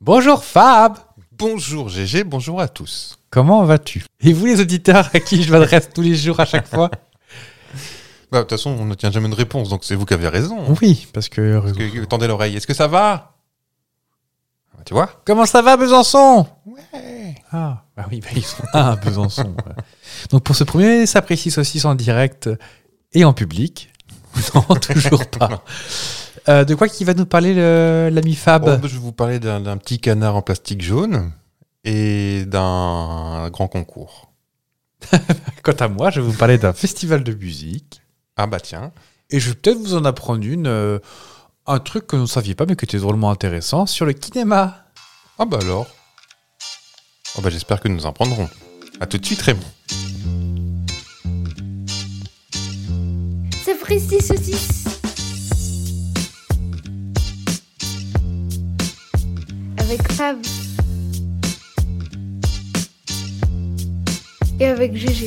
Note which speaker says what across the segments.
Speaker 1: Bonjour Fab
Speaker 2: Bonjour GG, bonjour à tous.
Speaker 1: Comment vas-tu Et vous les auditeurs à qui je m'adresse tous les jours à chaque fois
Speaker 2: Bah, De toute façon, on n'obtient jamais de réponse, donc c'est vous qui avez raison.
Speaker 1: Oui, parce que... euh,
Speaker 2: Parce que- tendez l'oreille, est-ce que ça va Ah, Tu vois
Speaker 1: Comment ça va Besançon
Speaker 2: Ouais.
Speaker 1: Ah, bah oui, bah ils sont un à Besançon. ouais. Donc pour ce premier, ça précise aussi en direct et en public. Non, toujours pas. Euh, de quoi qui va nous parler le- l'ami Fab
Speaker 2: Bon, Oh, je vais vous parler d'un d'un petit canard en plastique jaune et d'un grand concours.
Speaker 1: Quant à moi, je vais vous parler d'un festival de musique.
Speaker 2: Ah bah tiens,
Speaker 1: Et je vais peut-être vous en apprendre une, euh, un truc que vous ne saviez pas mais qui était drôlement intéressant sur le kinéma.
Speaker 2: ah bah alors. Ah bah j'espère que nous en prendrons. À tout de suite Raymond.
Speaker 3: C'est Fristy Saucisse. Avec Fab. Et avec Gégé.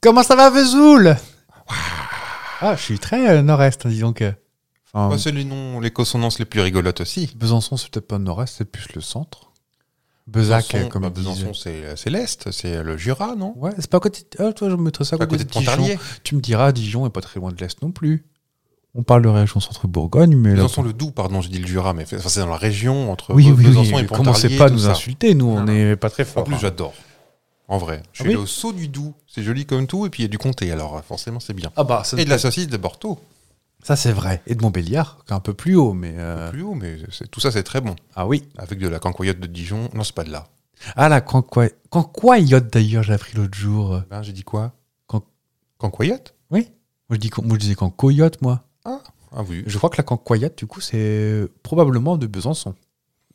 Speaker 1: Comment ça va, Vesoul Ah, je suis très euh, nord-est, hein, dis donc. Enfin,
Speaker 2: Bah, c'est les noms, les consonances les plus rigolotes aussi.
Speaker 1: Besançon, c'est peut-être pas le nord-est, c'est plus le centre. Besac,
Speaker 2: Besançon,
Speaker 1: euh, comme
Speaker 2: bah,
Speaker 1: on disait.
Speaker 2: Besançon, c'est c'est l'Est, c'est le Jura, non
Speaker 1: Ouais, c'est pas à côté. de- Ah, toi, je mettrais ça à
Speaker 2: À
Speaker 1: côté,
Speaker 2: côté de
Speaker 1: Dijon.
Speaker 2: Pontarlier.
Speaker 1: Tu me diras, Dijon est pas très loin de l'est non plus. On parle de région centre-Bourgogne, mais là-
Speaker 2: Besançon le Doubs, pardon, j'ai dit le Jura, mais enfin, c'est dans la région entre
Speaker 1: oui, oui,
Speaker 2: Besançon
Speaker 1: oui.
Speaker 2: et
Speaker 1: Commencez
Speaker 2: Pontarlier.
Speaker 1: pas à
Speaker 2: tout
Speaker 1: nous
Speaker 2: ça.
Speaker 1: insulter, nous, on n'est pas très
Speaker 2: En
Speaker 1: forts.
Speaker 2: plus,
Speaker 1: hein.
Speaker 2: j'adore. En vrai, je suis
Speaker 1: Ah oui
Speaker 2: allé au saut du Doubs. C'est joli comme tout, et puis il y a du comté, alors euh, forcément c'est bien.
Speaker 1: Ah bah, ça,
Speaker 2: Et de la saucisse de Bordeaux,
Speaker 1: ça, c'est vrai. Et de Montbéliard, qui est un peu plus haut, mais... euh,
Speaker 2: plus haut, mais c'est- tout ça c'est très bon.
Speaker 1: Ah oui.
Speaker 2: Avec de la cancoyote de Dijon, non c'est pas de là.
Speaker 1: Ah la canquoi- canquoyote, d'ailleurs, j'ai appris l'autre jour. Moi,
Speaker 2: Ben j'ai dit quoi
Speaker 1: Can-
Speaker 2: Cancoyote
Speaker 1: je, dis, can- moi, je disais cancoyote, moi.
Speaker 2: Ah oui,
Speaker 1: Je crois que la cancoyote, du coup, c'est probablement de Besançon.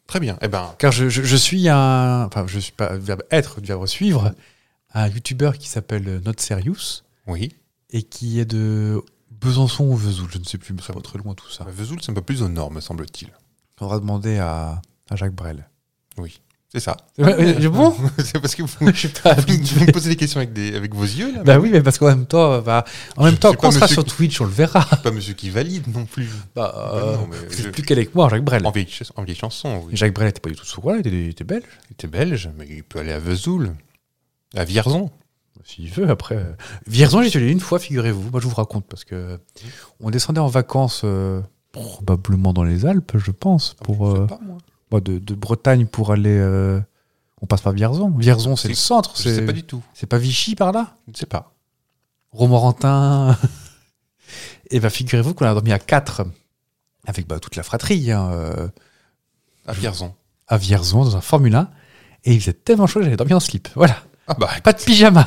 Speaker 2: très bien. Eh ben,
Speaker 1: Car je, je- je suis un... Enfin, je suis pas... Verbe être, verbe suivre. Un youtubeur qui s'appelle Not Serious
Speaker 2: oui.
Speaker 1: et qui est de Besançon ou Vesoul, je ne sais plus, mais c'est pas très loin tout ça.
Speaker 2: Ah, Vesoul c'est un peu plus au nord, me semble-t-il.
Speaker 1: On va demander à, à Jacques Brel.
Speaker 2: C'est ça.
Speaker 1: bon
Speaker 2: c'est parce que vous,
Speaker 1: Je suis pas
Speaker 2: vous
Speaker 1: habitué.
Speaker 2: me posez des questions avec, des, avec vos yeux là.
Speaker 1: Bah oui, mais parce qu'en même temps, bah, en même
Speaker 2: Je
Speaker 1: temps,
Speaker 2: sais
Speaker 1: quand on
Speaker 2: pas,
Speaker 1: sera
Speaker 2: monsieur-
Speaker 1: sur Twitch, on le verra.
Speaker 2: mais Pas monsieur qui valide non plus.
Speaker 1: Bah,
Speaker 2: Ouais,
Speaker 1: euh,
Speaker 2: non, mais
Speaker 1: vous êtes
Speaker 2: je-
Speaker 1: plus calé que moi, Jacques Brel.
Speaker 2: En vieille, ch- en vieille chanson, oui.
Speaker 1: Jacques Brel était pas du tout sous quoi, il était, il était belge.
Speaker 2: Il était belge, mais il peut aller à Vesoul, à Vierzon.
Speaker 1: S'il veut, après. euh. Vierzon, j'y suis allé une fois, figurez-vous. Moi, je vous raconte, parce que euh, on descendait en vacances, euh, probablement dans les Alpes, je pense, pour,
Speaker 2: Ah, Je
Speaker 1: euh,
Speaker 2: sais pas, moi.
Speaker 1: bah, de, de Bretagne pour aller. euh, on passe par Vierzon. Vierzon, c'est le
Speaker 2: C'est-
Speaker 1: centre.
Speaker 2: Je sais
Speaker 1: C'est
Speaker 2: pas du tout.
Speaker 1: c'est pas Vichy par là
Speaker 2: Je sais pas.
Speaker 1: Romorantin. Et bah, figurez-vous qu'on a dormi à 4 avec bah, toute la fratrie. hein, euh,
Speaker 2: À Vierzon.
Speaker 1: à Vierzon dans un Formule 1 et il faisait tellement chaud que j'avais dormi en slip. Voilà,
Speaker 2: Ah bah,
Speaker 1: pas de pyjama.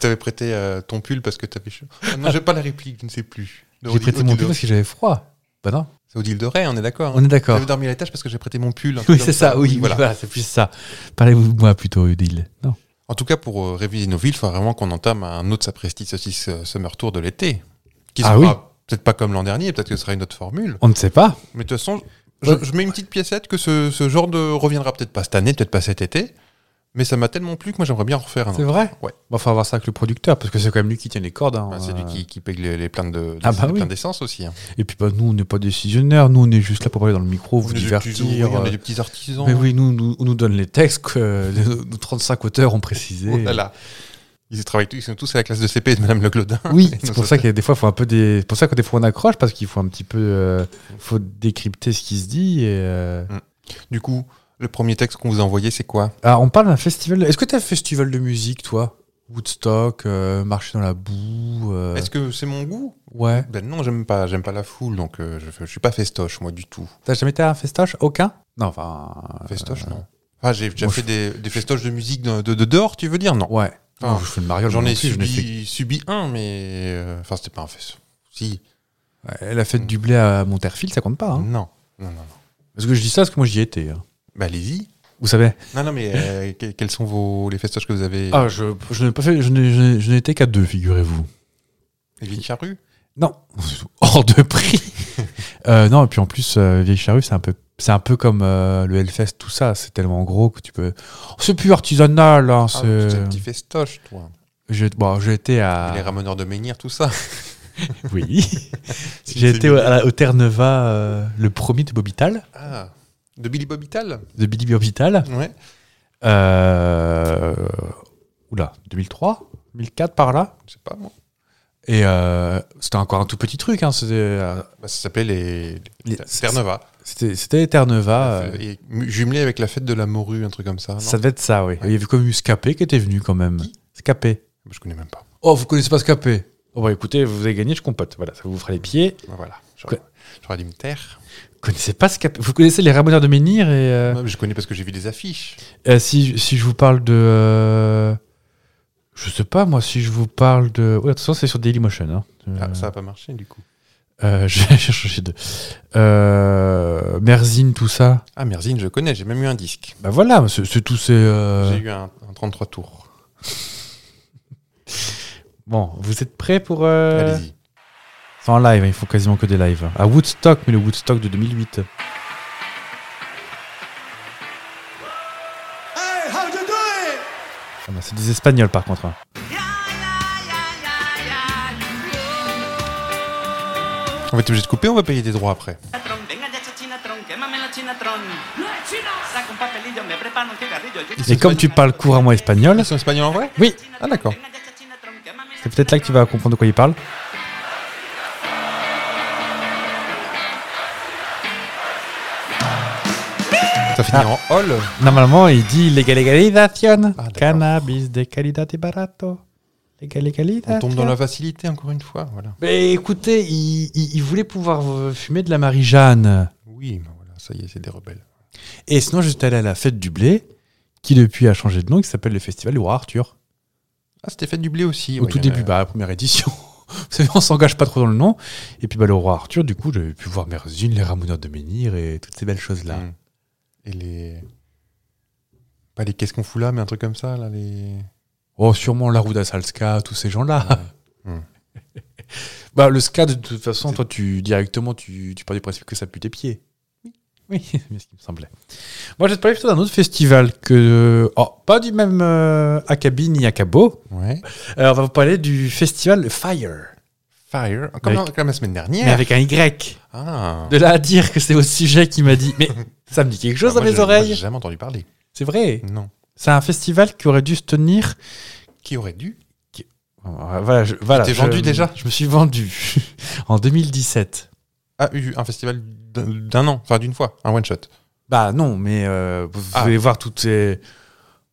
Speaker 2: t'avais prêté euh, ton pull parce que t'avais chaud. Ah non, j'ai pas la réplique, je ne sais plus. De
Speaker 1: J'ai
Speaker 2: Odile-
Speaker 1: prêté mon
Speaker 2: Odile
Speaker 1: pull
Speaker 2: de-
Speaker 1: parce que j'avais froid. Bah non,
Speaker 2: C'est Odile de Ray, on est d'accord. hein.
Speaker 1: on est d'accord.
Speaker 2: J'avais dormi à l'étage parce que j'ai prêté mon pull. un truc
Speaker 1: Oui,
Speaker 2: comme
Speaker 1: c'est ça, oui, oui, voilà, c'est plus ça. Parlez-vous de moi plutôt, Udil. Non.
Speaker 2: En tout cas, pour euh, réviser nos villes, il faut vraiment qu'on entame un autre sapristi saucisse euh, summer tour de l'été. Qui
Speaker 1: Ah
Speaker 2: sera
Speaker 1: oui.
Speaker 2: peut-être pas comme l'an dernier, peut-être que ce sera une autre formule.
Speaker 1: On ne sait pas.
Speaker 2: Mais de toute façon, je, je mets une petite piécette que ce, ce genre de reviendra peut-être pas cette année, peut-être pas cet été. Mais ça m'a tellement plu que moi j'aimerais bien en refaire un.
Speaker 1: C'est
Speaker 2: autre.
Speaker 1: vrai
Speaker 2: Ouais.
Speaker 1: Bon, faut avoir ça avec le producteur parce que c'est quand même lui qui tient les cordes. hein.
Speaker 2: Enfin, Bah, c'est lui qui, qui paye les, les plaintes de, de-
Speaker 1: Ah bah
Speaker 2: les
Speaker 1: oui.
Speaker 2: plaintes d'essence aussi. hein.
Speaker 1: Et puis, bah, nous, on n'est pas décisionnaires. Nous, on est juste là pour parler dans le micro, vous
Speaker 2: On est des petits
Speaker 1: divertir.
Speaker 2: ouvriers, on est
Speaker 1: euh,
Speaker 2: des petits artisans.
Speaker 1: Mais oui, nous, nous, on nous donne les textes que nos 35 auteurs ont précisés.
Speaker 2: Oh là là. Ils travaillent tous, ils sont tous à la classe de CP de Madame Le Glodin.
Speaker 1: Oui,
Speaker 2: Et
Speaker 1: c'est
Speaker 2: nous,
Speaker 1: pour ça que des fois, faut un peu des. c'est pour ça que des fois on accroche parce qu'il faut un petit peu, euh, faut décrypter ce qui se dit. Et, euh,
Speaker 2: Du coup, le premier texte qu'on vous a envoyé, c'est quoi
Speaker 1: Alors, Ah, on parle d'un festival. Est-ce que t'as un festival de musique, toi Woodstock, euh, marcher dans la boue. euh,
Speaker 2: Est-ce que c'est mon goût
Speaker 1: Ouais.
Speaker 2: Ben non, j'aime pas, j'aime pas la foule, donc euh, je, je suis pas festoche moi du tout.
Speaker 1: T'as jamais été à un festoche Aucun Non, enfin.
Speaker 2: Festoche non. Ah, j'ai déjà
Speaker 1: euh. moi,
Speaker 2: fait des, des festoches de musique de, de- de dehors, tu veux dire Non.
Speaker 1: Ouais.
Speaker 2: Enfin,
Speaker 1: Non, je fais le mariole.
Speaker 2: J'en
Speaker 1: moi
Speaker 2: ai
Speaker 1: non plus, je n'ai fait-
Speaker 2: subi, subi un, mais euh, enfin c'était pas un festoche. Si.
Speaker 1: Ouais, la
Speaker 2: Mm.
Speaker 1: fête du blé à Monterfil, ça compte pas. Hein.
Speaker 2: Non. Non, non, non.
Speaker 1: Parce que je dis ça parce que moi j'y étais. hein.
Speaker 2: Ben allez-y.
Speaker 1: Vous savez
Speaker 2: Non, non, mais euh, que- quels sont vos les festoches que vous avez
Speaker 1: Ah, je, je n'ai pas fait. Je n'ai- je n'ai- je n'ai été qu'à deux, figurez-vous.
Speaker 2: Vieille charrue
Speaker 1: Non, hors de prix. Euh, non, et puis en plus, euh, Vieille Charrue, c'est un peu, c'est un peu comme euh, le Hellfest, tout ça. C'est tellement gros que tu peux. oh, C'est plus artisanal. Hein,
Speaker 2: Ah,
Speaker 1: c'est-
Speaker 2: C'est un petit festoche, toi.
Speaker 1: Je- bon, j'étais à.
Speaker 2: Les ramoneurs de menhir, tout ça.
Speaker 1: Oui.
Speaker 2: C'est-
Speaker 1: J'ai
Speaker 2: c'est
Speaker 1: été au, à la- au Terre-Neuva, euh, le premier de Bobital,
Speaker 2: Ah, de Billy Bobital
Speaker 1: de Billy Bobital.
Speaker 2: Ouais.
Speaker 1: Euh, oula, 2003, 2004 par là.
Speaker 2: Je sais pas, moi.
Speaker 1: Et euh, c'était encore un tout petit truc. Hein, c'était, euh,
Speaker 2: Bah, ça s'appelait les,
Speaker 1: Les-
Speaker 2: les Terre-Neuva.
Speaker 1: c'était c'était Terre-Neuva. euh,
Speaker 2: Et mu- Jumelé avec la fête de la morue, un truc comme ça. non
Speaker 1: Ça devait être ça, oui. Il y avait comme eu Scapé qui était venu quand même. Scapé.
Speaker 2: Bah, Je connais même pas.
Speaker 1: Oh, vous connaissez pas Scapé Oh, bah écoutez, vous avez gagné, je compote. Voilà, ça vous fera les pieds.
Speaker 2: Bah, Voilà. J'aurais j'aurais dû me taire.
Speaker 1: Vous connaissez pas Scapé Vous connaissez les Ramoneurs de Menhir et. euh,
Speaker 2: Non, mais je connais parce que j'ai vu des affiches.
Speaker 1: Euh, si, si je vous parle de. euh, je sais pas, moi, si je vous parle de. Ouais, de toute façon, c'est sur Dailymotion. Hein. Euh,
Speaker 2: Ah, ça n'a pas marché, du coup.
Speaker 1: euh, je vais chercher deux. Euh, Merzine, tout ça.
Speaker 2: Ah, Merzine, je connais. J'ai même eu un disque.
Speaker 1: Bah voilà, c'est c'est tous ces. euh,
Speaker 2: J'ai eu un, un 33 tours.
Speaker 1: Bon, vous êtes prêts pour. euh,
Speaker 2: Allez-y.
Speaker 1: C'est en live, hein, ils font quasiment que des lives. À Woodstock, mais le Woodstock de 2008. Ah bah, c'est des Espagnols par contre. hein.
Speaker 2: On va être obligé de couper, on va payer des droits après.
Speaker 4: Chinatron, venga ya ese Chinatron, quémame la Chinatron. Saca un papelillo, me preparan un cigarrillo. Yo-
Speaker 1: Et comme tu parles couramment espagnol,
Speaker 2: Là, Ah, c'est en espagnol en vrai
Speaker 1: oui,
Speaker 2: Ah, d'accord.
Speaker 4: Venga ya ese Chinatron, quémame la
Speaker 1: c'est peut-être là que tu vas comprendre de quoi ils parlent.
Speaker 2: Ça finit en hall.
Speaker 1: Normalement, il dit legalization.
Speaker 2: Ah, d'accord.
Speaker 1: Cannabis de calidad y barato. Legalization.
Speaker 2: On tombe dans la facilité encore une fois. Voilà.
Speaker 1: Mais écoutez, il, il- il voulait pouvoir euh, fumer de la marie-jeanne.
Speaker 2: Oui, mais voilà, ça y est, c'est des rebelles.
Speaker 1: Et sinon, j'étais allé à la fête du blé, qui depuis a changé de nom, qui s'appelle le Festival du Roi Arthur.
Speaker 2: Ah, c'était fait du blé aussi.
Speaker 1: Au
Speaker 2: ah ouais,
Speaker 1: tout
Speaker 2: il y en a-
Speaker 1: début, bah, la première édition. Vous savez, on s'engage pas trop dans le nom. Et puis, bah, le Roi Arthur, du coup, j'avais pu voir Merzine, les Ramoneurs de Menhir et toutes ces belles choses-là.
Speaker 2: Mm. Et les. Pas les qu'est-ce qu'on fout là, mais un truc comme ça, là, les.
Speaker 1: Oh, sûrement la Ruda Salska, tous ces gens-là.
Speaker 2: Ouais. Hmm.
Speaker 1: bah, le ska, de toute façon, toi, tu directement, tu, tu pars du principe que ça pue tes pieds. Oui, c'est bien ce qui me semblait. Moi, je vais te parler plutôt d'un autre festival que. Oh, pas du même euh, acabit ni acabo.
Speaker 2: Ouais.
Speaker 1: Euh, on va vous parler du festival Fire,
Speaker 2: Fire. Comme,
Speaker 1: Avec-
Speaker 2: la- comme la semaine dernière.
Speaker 1: mais avec un Y.
Speaker 2: Ah.
Speaker 1: De là à dire que c'est au sujet qui m'a dit. Mais ça me dit quelque
Speaker 2: Ah,
Speaker 1: chose
Speaker 2: moi,
Speaker 1: dans
Speaker 2: j'ai-
Speaker 1: mes
Speaker 2: moi,
Speaker 1: oreilles.
Speaker 2: J'ai jamais entendu parler.
Speaker 1: C'est vrai.
Speaker 2: Non.
Speaker 1: C'est un festival qui aurait dû se tenir euh,
Speaker 2: Qui aurait dû
Speaker 1: Voilà, je, voilà,
Speaker 2: t'es
Speaker 1: je-
Speaker 2: vendu déjà
Speaker 1: Je me suis vendu en 2017.
Speaker 2: Ah, eu un festival d'un d'un an, enfin d'une fois, un one shot.
Speaker 1: Bah non, mais euh, vous
Speaker 2: Ah.
Speaker 1: pouvez voir toutes ces...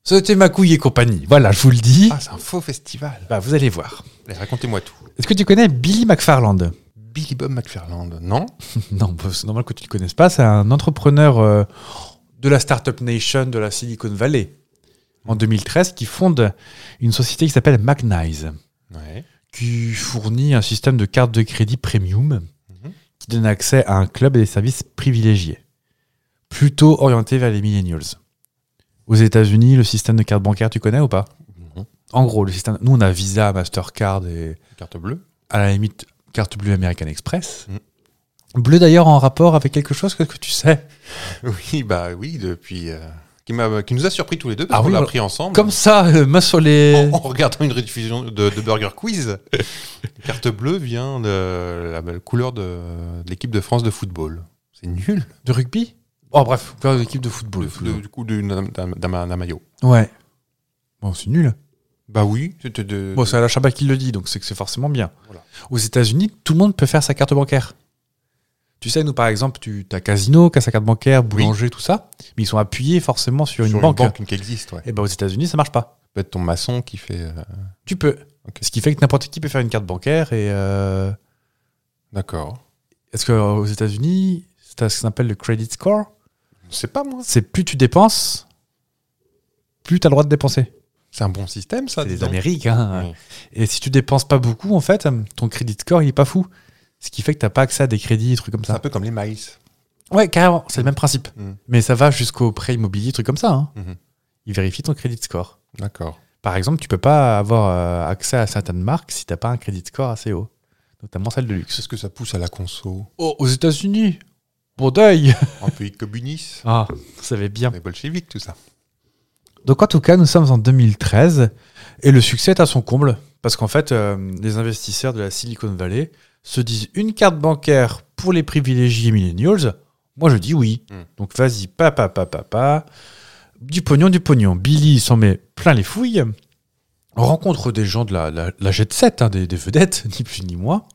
Speaker 1: C'était ma couille et compagnie. Voilà, je vous le dis.
Speaker 2: Ah, c'est un faux festival.
Speaker 1: Bah, vous allez voir.
Speaker 2: Allez, racontez-moi tout.
Speaker 1: Est-ce que tu connais Billy McFarland
Speaker 2: Billy Bob McFerland, non
Speaker 1: Non, bah, c'est normal que tu ne le connaisses pas. C'est un entrepreneur euh, de la Startup Nation de la Silicon Valley en 2013 qui fonde une société qui s'appelle Magnize.
Speaker 2: Ouais.
Speaker 1: qui fournit un système de carte de crédit premium
Speaker 2: Mhm.
Speaker 1: qui donne accès à un club et des services privilégiés, plutôt orientés vers les millennials. Aux États-Unis, le système de carte bancaire, tu connais ou pas
Speaker 2: Non.
Speaker 1: En gros, le système. Nous, on a Visa, Mastercard et
Speaker 2: Carte bleue.
Speaker 1: à la limite carte bleue American Express.
Speaker 2: Mhm.
Speaker 1: Mm. Bleu d'ailleurs en rapport avec quelque chose que, que tu sais.
Speaker 2: Oui, bah oui, depuis. euh, qui, m'a- qui nous a surpris tous les deux, parce
Speaker 1: Ah
Speaker 2: qu'on
Speaker 1: oui,
Speaker 2: l'a
Speaker 1: voilà.
Speaker 2: appris ensemble.
Speaker 1: Comme ça, euh, main sur les.
Speaker 2: en, en regardant une rediffusion de, de Burger Quiz. Carte bleue vient de la belle couleur de, de l'équipe de France de football. C'est nul.
Speaker 1: De rugby Oh, bref, quoi, une équipe de football.
Speaker 2: De- du coup, d'une- d'un d'un- d'un maillot.
Speaker 1: Ouais. Euh, Bon, c'est nul.
Speaker 2: Bah oui, c'était de.
Speaker 1: Bon, c'est Alain Chabat qui le dit, donc c'est que c'est forcément bien.
Speaker 2: Voilà.
Speaker 1: Aux États-Unis, tout le monde peut faire sa carte bancaire. Tu sais, nous, par exemple, tu as Casino qui a sa carte bancaire, Boulanger, tout ça, mais ils sont appuyés forcément sur, une, banque.
Speaker 2: qui existe, ouais.
Speaker 1: Et ben aux États-Unis, ça marche pas.
Speaker 2: Peut-être ton maçon qui fait. euh,
Speaker 1: Tu peux.
Speaker 2: Ok.
Speaker 1: Ce qui fait que n'importe qui peut faire une carte bancaire. Et euh,
Speaker 2: D'accord.
Speaker 1: est-ce qu'aux États-Unis, c'est ce qu'on appelle le credit score
Speaker 2: C'est pas moi.
Speaker 1: C'est plus tu dépenses, plus tu as le droit de dépenser.
Speaker 2: C'est un bon système, ça.
Speaker 1: C'est
Speaker 2: dis
Speaker 1: les
Speaker 2: donc.
Speaker 1: Amériques. Hein.
Speaker 2: Oui.
Speaker 1: Et si tu dépenses pas beaucoup, en fait, euh, ton credit score, il est pas fou. Ce qui fait que t'as pas accès à des crédits, des trucs comme
Speaker 2: C'est
Speaker 1: ça.
Speaker 2: un peu comme les maïs.
Speaker 1: Ouais, carrément, c'est le même principe.
Speaker 2: Mm.
Speaker 1: Mais ça va jusqu'au prêt immobilier, trucs comme ça. Hein.
Speaker 2: Mhm.
Speaker 1: Ils vérifient ton crédit score.
Speaker 2: D'accord.
Speaker 1: Par exemple, tu peux pas avoir euh, accès à certaines marques si t'as pas un crédit score assez haut, notamment celle de luxe.
Speaker 2: C'est ce que ça pousse à la conso.
Speaker 1: Oh, aux États-Unis Bon deuil
Speaker 2: Un pays communiste.
Speaker 1: Ah, ça va bien.
Speaker 2: Les bolcheviques, tout ça.
Speaker 1: Donc en tout cas, nous sommes en 2013 et le succès est à son comble parce qu'en fait, euh, les investisseurs de la Silicon Valley se disent une carte bancaire pour les privilégiés millennials. Moi, je dis oui.
Speaker 2: Mm.
Speaker 1: Donc vas-y, papa, papa, papa. Du pognon, du pognon. Billy s'en met plein les fouilles. On rencontre des gens de la, la, la jet set, hein, des, des vedettes, ni plus ni moins.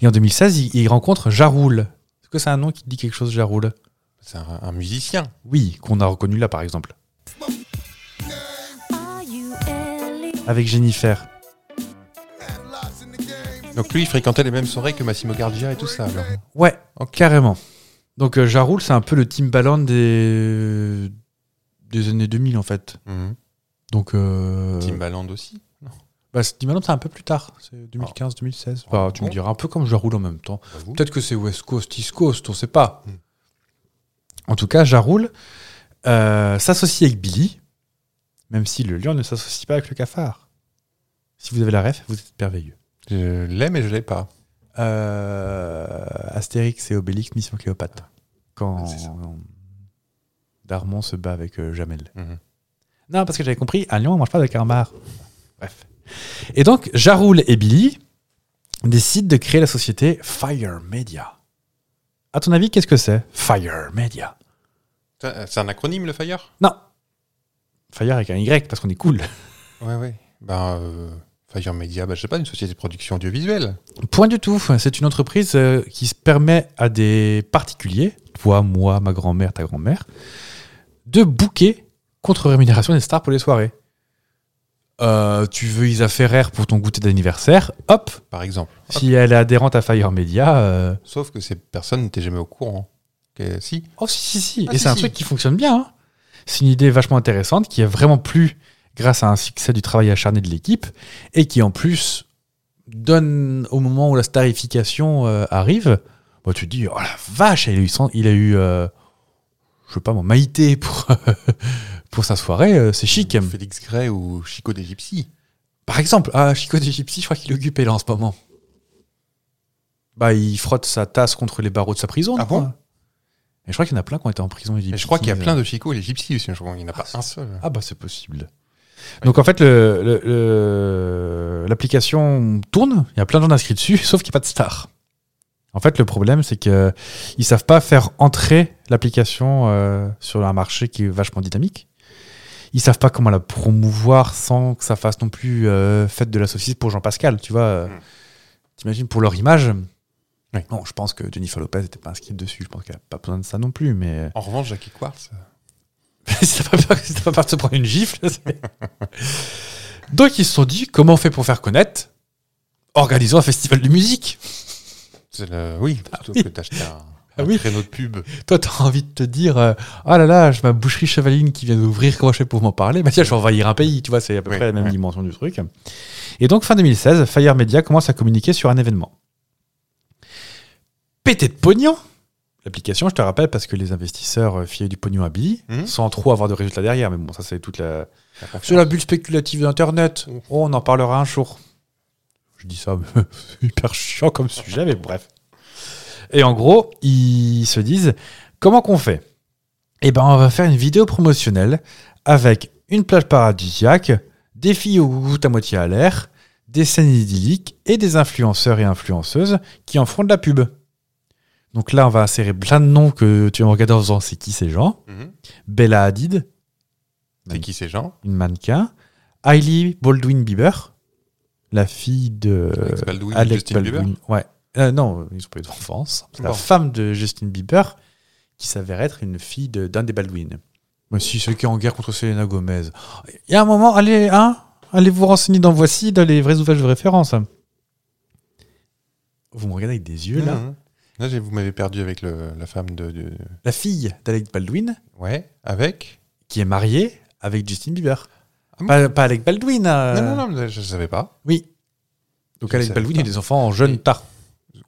Speaker 1: Et en 2016, il, il rencontre Jaroul. Est-ce que c'est un nom qui te dit quelque chose, Jaroul
Speaker 2: C'est un, un musicien.
Speaker 1: Oui, qu'on a reconnu là, par exemple.
Speaker 5: Are you Ellie?
Speaker 1: Avec Jennifer.
Speaker 2: Donc lui, il fréquentait les mêmes soirées que Massimo Gardia et tout ça. alors.
Speaker 1: Ouais,
Speaker 2: Ok.
Speaker 1: carrément. Donc euh, Jaroul, c'est un peu le Timbaland des des années 2000 en fait.
Speaker 2: Mhm.
Speaker 1: Donc euh...
Speaker 2: Timbaland aussi.
Speaker 1: bah, c'est- Timbaland, c'est un peu plus tard, c'est 2015-2016. Enfin, tu me
Speaker 2: bon
Speaker 1: diras un peu comme Jaroul en même temps.
Speaker 2: J'avoue.
Speaker 1: Peut-être que c'est West Coast, East Coast, on sait pas.
Speaker 2: Hmm.
Speaker 1: Hmm. En tout cas, Jaroul euh, s'associe avec Billy, même si le lion ne s'associe pas avec le cafard. Si vous avez la ref, vous êtes merveilleux.
Speaker 2: Je l'ai, mais je l'ai pas.
Speaker 1: Euh, Astérix et Obélix, Mission Cléopâtre. Quand
Speaker 2: Ah, C'est ça.
Speaker 1: Darmon se bat avec euh, Jamel.
Speaker 2: Mhm.
Speaker 1: Non, parce que j'avais compris, un lion ne mange pas de calamar. Bref. Et donc, Jaroul et Billy décident de créer la société Fire Media. À ton avis, qu'est-ce que c'est Fire Media.
Speaker 2: Ça- C'est un acronyme, le Fire
Speaker 1: Non. Fire avec un Y, parce qu'on est cool.
Speaker 2: Ouais, ouais. Ben, euh, Fire Media, ben, je sais pas, une société de production audiovisuelle.
Speaker 1: Point du tout. C'est une entreprise euh, qui se permet à des particuliers, toi, moi, ma grand-mère, ta grand-mère, de booker contre rémunération des stars pour les soirées. Euh, tu veux Isa Ferrer pour ton goûter d'anniversaire, hop,
Speaker 2: Par exemple. Ah,
Speaker 1: si elle est adhérente à Fire Media. euh,
Speaker 2: Sauf que ces personnes n'étaient jamais au courant. Que- si,
Speaker 1: Oh, si, si, si.
Speaker 2: Ah,
Speaker 1: Et
Speaker 2: si,
Speaker 1: c'est un
Speaker 2: si.
Speaker 1: truc qui fonctionne bien. hein. C'est une idée vachement intéressante qui a vraiment plu grâce à un succès du travail acharné de l'équipe et qui en plus donne au moment où la starification euh, arrive, bah, tu te dis, oh la vache, il a eu, cent- il a eu euh, je sais pas moi, Maïté pour, pour sa soirée, euh, c'est chic.
Speaker 2: Félix Gray ou Chico des Gypsies.
Speaker 1: Par exemple, ah, Chico des Gypsies, je crois qu'il est occupé là en ce moment. Bah, il frotte sa tasse contre les barreaux de sa prison.
Speaker 2: Ah
Speaker 1: non, quoi.
Speaker 2: bon
Speaker 1: Et je crois qu'il y en a plein qui ont été en prison.
Speaker 2: Et je crois qu'il y a plein de Chico et les Gypsies aussi. Je crois qu'il n'y en a
Speaker 1: euh. Ah,
Speaker 2: pas un seul.
Speaker 1: Ah bah c'est possible. Donc en fait, le- le- le- l'application tourne, il y a plein de gens inscrits dessus, sauf qu'il n'y a pas de star. En fait, le problème, c'est qu'ils ne savent pas faire entrer l'application euh, sur un marché qui est vachement dynamique. Ils savent pas comment la promouvoir sans que ça fasse non plus euh, fête de la saucisse pour Jean-Pascal, tu vois. euh,
Speaker 2: Mm.
Speaker 1: T'imagines pour leur image
Speaker 2: Oui.
Speaker 1: Non, je pense que Jennifer Lopez n'était pas inscrite dessus. Je pense qu'elle n'a pas besoin de ça non plus, mais euh,
Speaker 2: En revanche, Jackie Quartz.
Speaker 1: si t'as pas peur, si t'as pas peur de se prendre une gifle. c'est- Donc ils se sont dit, comment on fait pour faire connaître Organisons un festival de musique.
Speaker 2: c'est le- Oui, plutôt
Speaker 1: oui.
Speaker 2: que d'acheter un,
Speaker 1: Ah
Speaker 2: un
Speaker 1: oui.
Speaker 2: créneau de pub.
Speaker 1: Toi, t'as envie de te dire, euh, ah là là, j'ai ma boucherie chevaline qui vient d'ouvrir, comment je fais pour m'en parler Bah tiens, je vais envahir un pays, tu vois, c'est à peu
Speaker 2: Oui,
Speaker 1: près la même
Speaker 2: oui.
Speaker 1: dimension du truc. Et donc, fin 2016, Fire Media commence à communiquer sur un événement. Pété de pognon L'application, je te rappelle, parce que les investisseurs euh, fiaient du pognon à billes,
Speaker 2: Mhm.
Speaker 1: sans trop avoir de résultats derrière, mais bon, ça, c'est toute la,
Speaker 2: La confiance.
Speaker 1: C'est la bulle spéculative d'Internet. Oh, on en parlera un jour. Je dis ça, mais c'est hyper chiant comme sujet, mais bref. Et en gros, ils se disent comment qu'on fait Eh ben, on va faire une vidéo promotionnelle avec une plage paradisiaque, des filles au goût à moitié à l'air, des scènes idylliques et des influenceurs et influenceuses qui en feront de la pub. Donc là, on va insérer plein de noms que tu vas me regarder en faisant c'est qui ces gens
Speaker 2: Mhm.
Speaker 1: Bella Hadid,
Speaker 2: C'est qui ces gens
Speaker 1: une mannequin. Hailey Baldwin Bieber, la fille de
Speaker 2: Alex Baldwin, et
Speaker 1: Alex
Speaker 2: Justin
Speaker 1: Euh, Baldwin.
Speaker 2: Bieber.
Speaker 1: Ouais. Euh, non, ils ont pas eu d'enfance. C'est La
Speaker 2: Bon.
Speaker 1: femme de Justin Bieber, qui s'avère être une fille de- d'un des Baldwin. Moi aussi, celui qui est en guerre contre Selena Gomez. Il y a un moment, allez, hein, allez vous renseigner dans Voici, dans les vrais ouvrages de référence. Vous me regardez avec des yeux, là.
Speaker 2: Mhm. Là, j'ai- vous m'avez perdu avec le- la femme de, de-
Speaker 1: La fille d'Alex Baldwin,
Speaker 2: Ouais, avec
Speaker 1: qui est mariée avec Justin Bieber.
Speaker 2: Ah bon
Speaker 1: pas, pas Alec Baldwin. euh,
Speaker 2: Non, non, non, mais je ne savais pas.
Speaker 1: Oui. Donc
Speaker 2: Je
Speaker 1: Alec
Speaker 2: savais
Speaker 1: Baldwin
Speaker 2: pas.
Speaker 1: a des enfants jeunes
Speaker 2: Et-
Speaker 1: tard.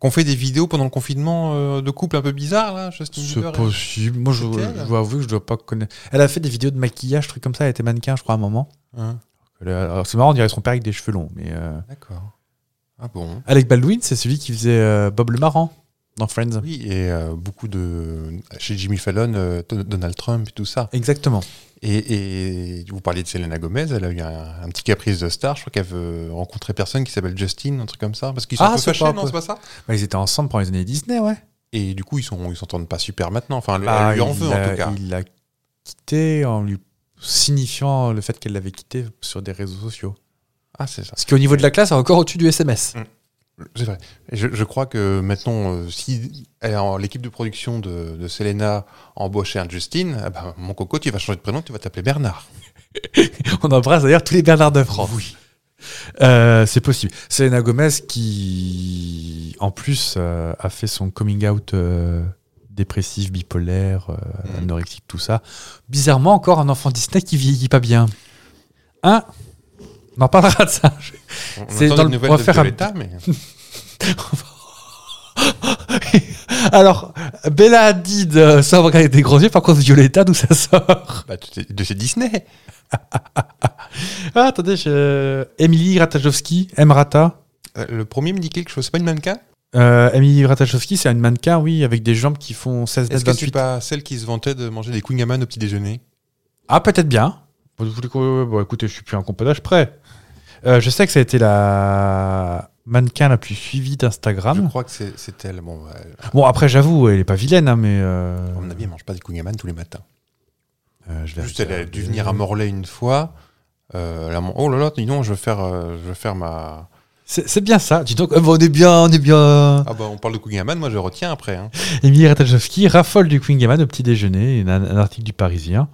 Speaker 2: Qu'on fait des vidéos pendant le confinement euh, de couples un peu bizarres, là, Justin
Speaker 1: C'est
Speaker 2: Bieber et-
Speaker 1: possible. Moi, je,
Speaker 2: C'était
Speaker 1: je
Speaker 2: elle
Speaker 1: dois avouer que je dois pas connaître. Elle a fait des vidéos de maquillage, trucs comme ça. Elle était mannequin, je crois, à un moment.
Speaker 2: Hein.
Speaker 1: Là, alors, C'est marrant, on dirait son père avec des cheveux longs. Mais euh,
Speaker 2: D'accord. Ah bon
Speaker 1: Alec Baldwin, c'est celui qui faisait euh, Bob le Marrant dans Friends.
Speaker 2: Oui, et euh, beaucoup de. Chez Jimmy Fallon, euh, Don- Donald Trump et tout ça.
Speaker 1: Exactement.
Speaker 2: Et, et vous parliez de Selena Gomez, elle a eu un, un petit caprice de star. Je crois qu'elle veut rencontrer personne qui s'appelle Justin, un truc comme ça. Parce qu'ils sont
Speaker 1: Ah,
Speaker 2: un peu
Speaker 1: c'est
Speaker 2: fâchés,
Speaker 1: pas un
Speaker 2: non
Speaker 1: peu-
Speaker 2: C'est pas ça
Speaker 1: Bah, ils étaient ensemble pendant les années Disney, ouais.
Speaker 2: Et du coup, ils sont, ils s'entendent pas super maintenant. Enfin, elle-
Speaker 1: Bah,
Speaker 2: elle lui en
Speaker 1: il
Speaker 2: veut en
Speaker 1: l'a-
Speaker 2: tout cas.
Speaker 1: Il l'a quitté en lui signifiant le fait qu'elle l'avait quitté sur des réseaux sociaux.
Speaker 2: Ah, c'est ça.
Speaker 1: Ce qui, au niveau de la classe, est encore au-dessus du SMS.
Speaker 2: C'est vrai. Et Je, je crois que maintenant, euh, si elle est en- l'équipe de production de, de Selena embauchait un Justin, ah bah, mon coco, tu vas changer de prénom, tu vas t'appeler Bernard.
Speaker 1: On embrasse d'ailleurs tous les Bernard de France. Oui. c'est possible. Selena Gomez qui, en plus, euh, a fait son coming out euh, dépressif, bipolaire, euh,
Speaker 2: Mhm.
Speaker 1: anorexique, tout ça. Bizarrement, encore un enfant Disney qui vieillit pas bien. Hein On en parlera de ça.
Speaker 2: On
Speaker 1: C'est
Speaker 2: attend
Speaker 1: dans
Speaker 2: des
Speaker 1: le-
Speaker 2: nouvelles
Speaker 1: on va
Speaker 2: de
Speaker 1: faire un-
Speaker 2: Violetta, mais
Speaker 1: Alors, Bella Hadid euh, sort avec des gros yeux, par contre, Violetta, d'où ça sort
Speaker 2: bah, tu- de chez Disney.
Speaker 1: ah, Attendez, je... Emily Ratajkowski, Emrata.
Speaker 2: Euh, Le premier me dit quelque chose, c'est pas une mannequin
Speaker 1: Euh, Emily Ratajkowski, c'est une mannequin, oui, avec des jambes qui font 16
Speaker 2: Est-ce
Speaker 1: mètres
Speaker 2: que c'est
Speaker 1: 28.
Speaker 2: pas celle qui se vantait de manger des Quingaman au petit déjeuner
Speaker 1: Ah, peut-être bien. Bon, de tous les coups, bon, écoutez, je suis plus un compagnage près. Euh, je sais que ça a été la mannequin la plus suivie
Speaker 2: Je
Speaker 1: d'Instagram.
Speaker 2: crois que c'est c'est elle. Bon, bah, elle-
Speaker 1: Bon, après, j'avoue, elle est pas vilaine, hein, mais. euh,
Speaker 2: à mon avis, elle mange pas des Quingaman tous les matins.
Speaker 1: euh, je vais
Speaker 2: Juste, elle a
Speaker 1: regarder.
Speaker 2: dû venir à Morlaix une fois. Euh, elle a mon- oh là là, dis donc, je vais faire, euh, je vais faire ma.
Speaker 1: C'est c'est bien ça. Dis donc, euh, on est bien, on est bien.
Speaker 2: Ah bah, on parle de Quingaman, moi je retiens après. hein.
Speaker 1: Émilie Ratajkowski raffole du Queen Gaman au petit déjeuner, un, un article du Parisien.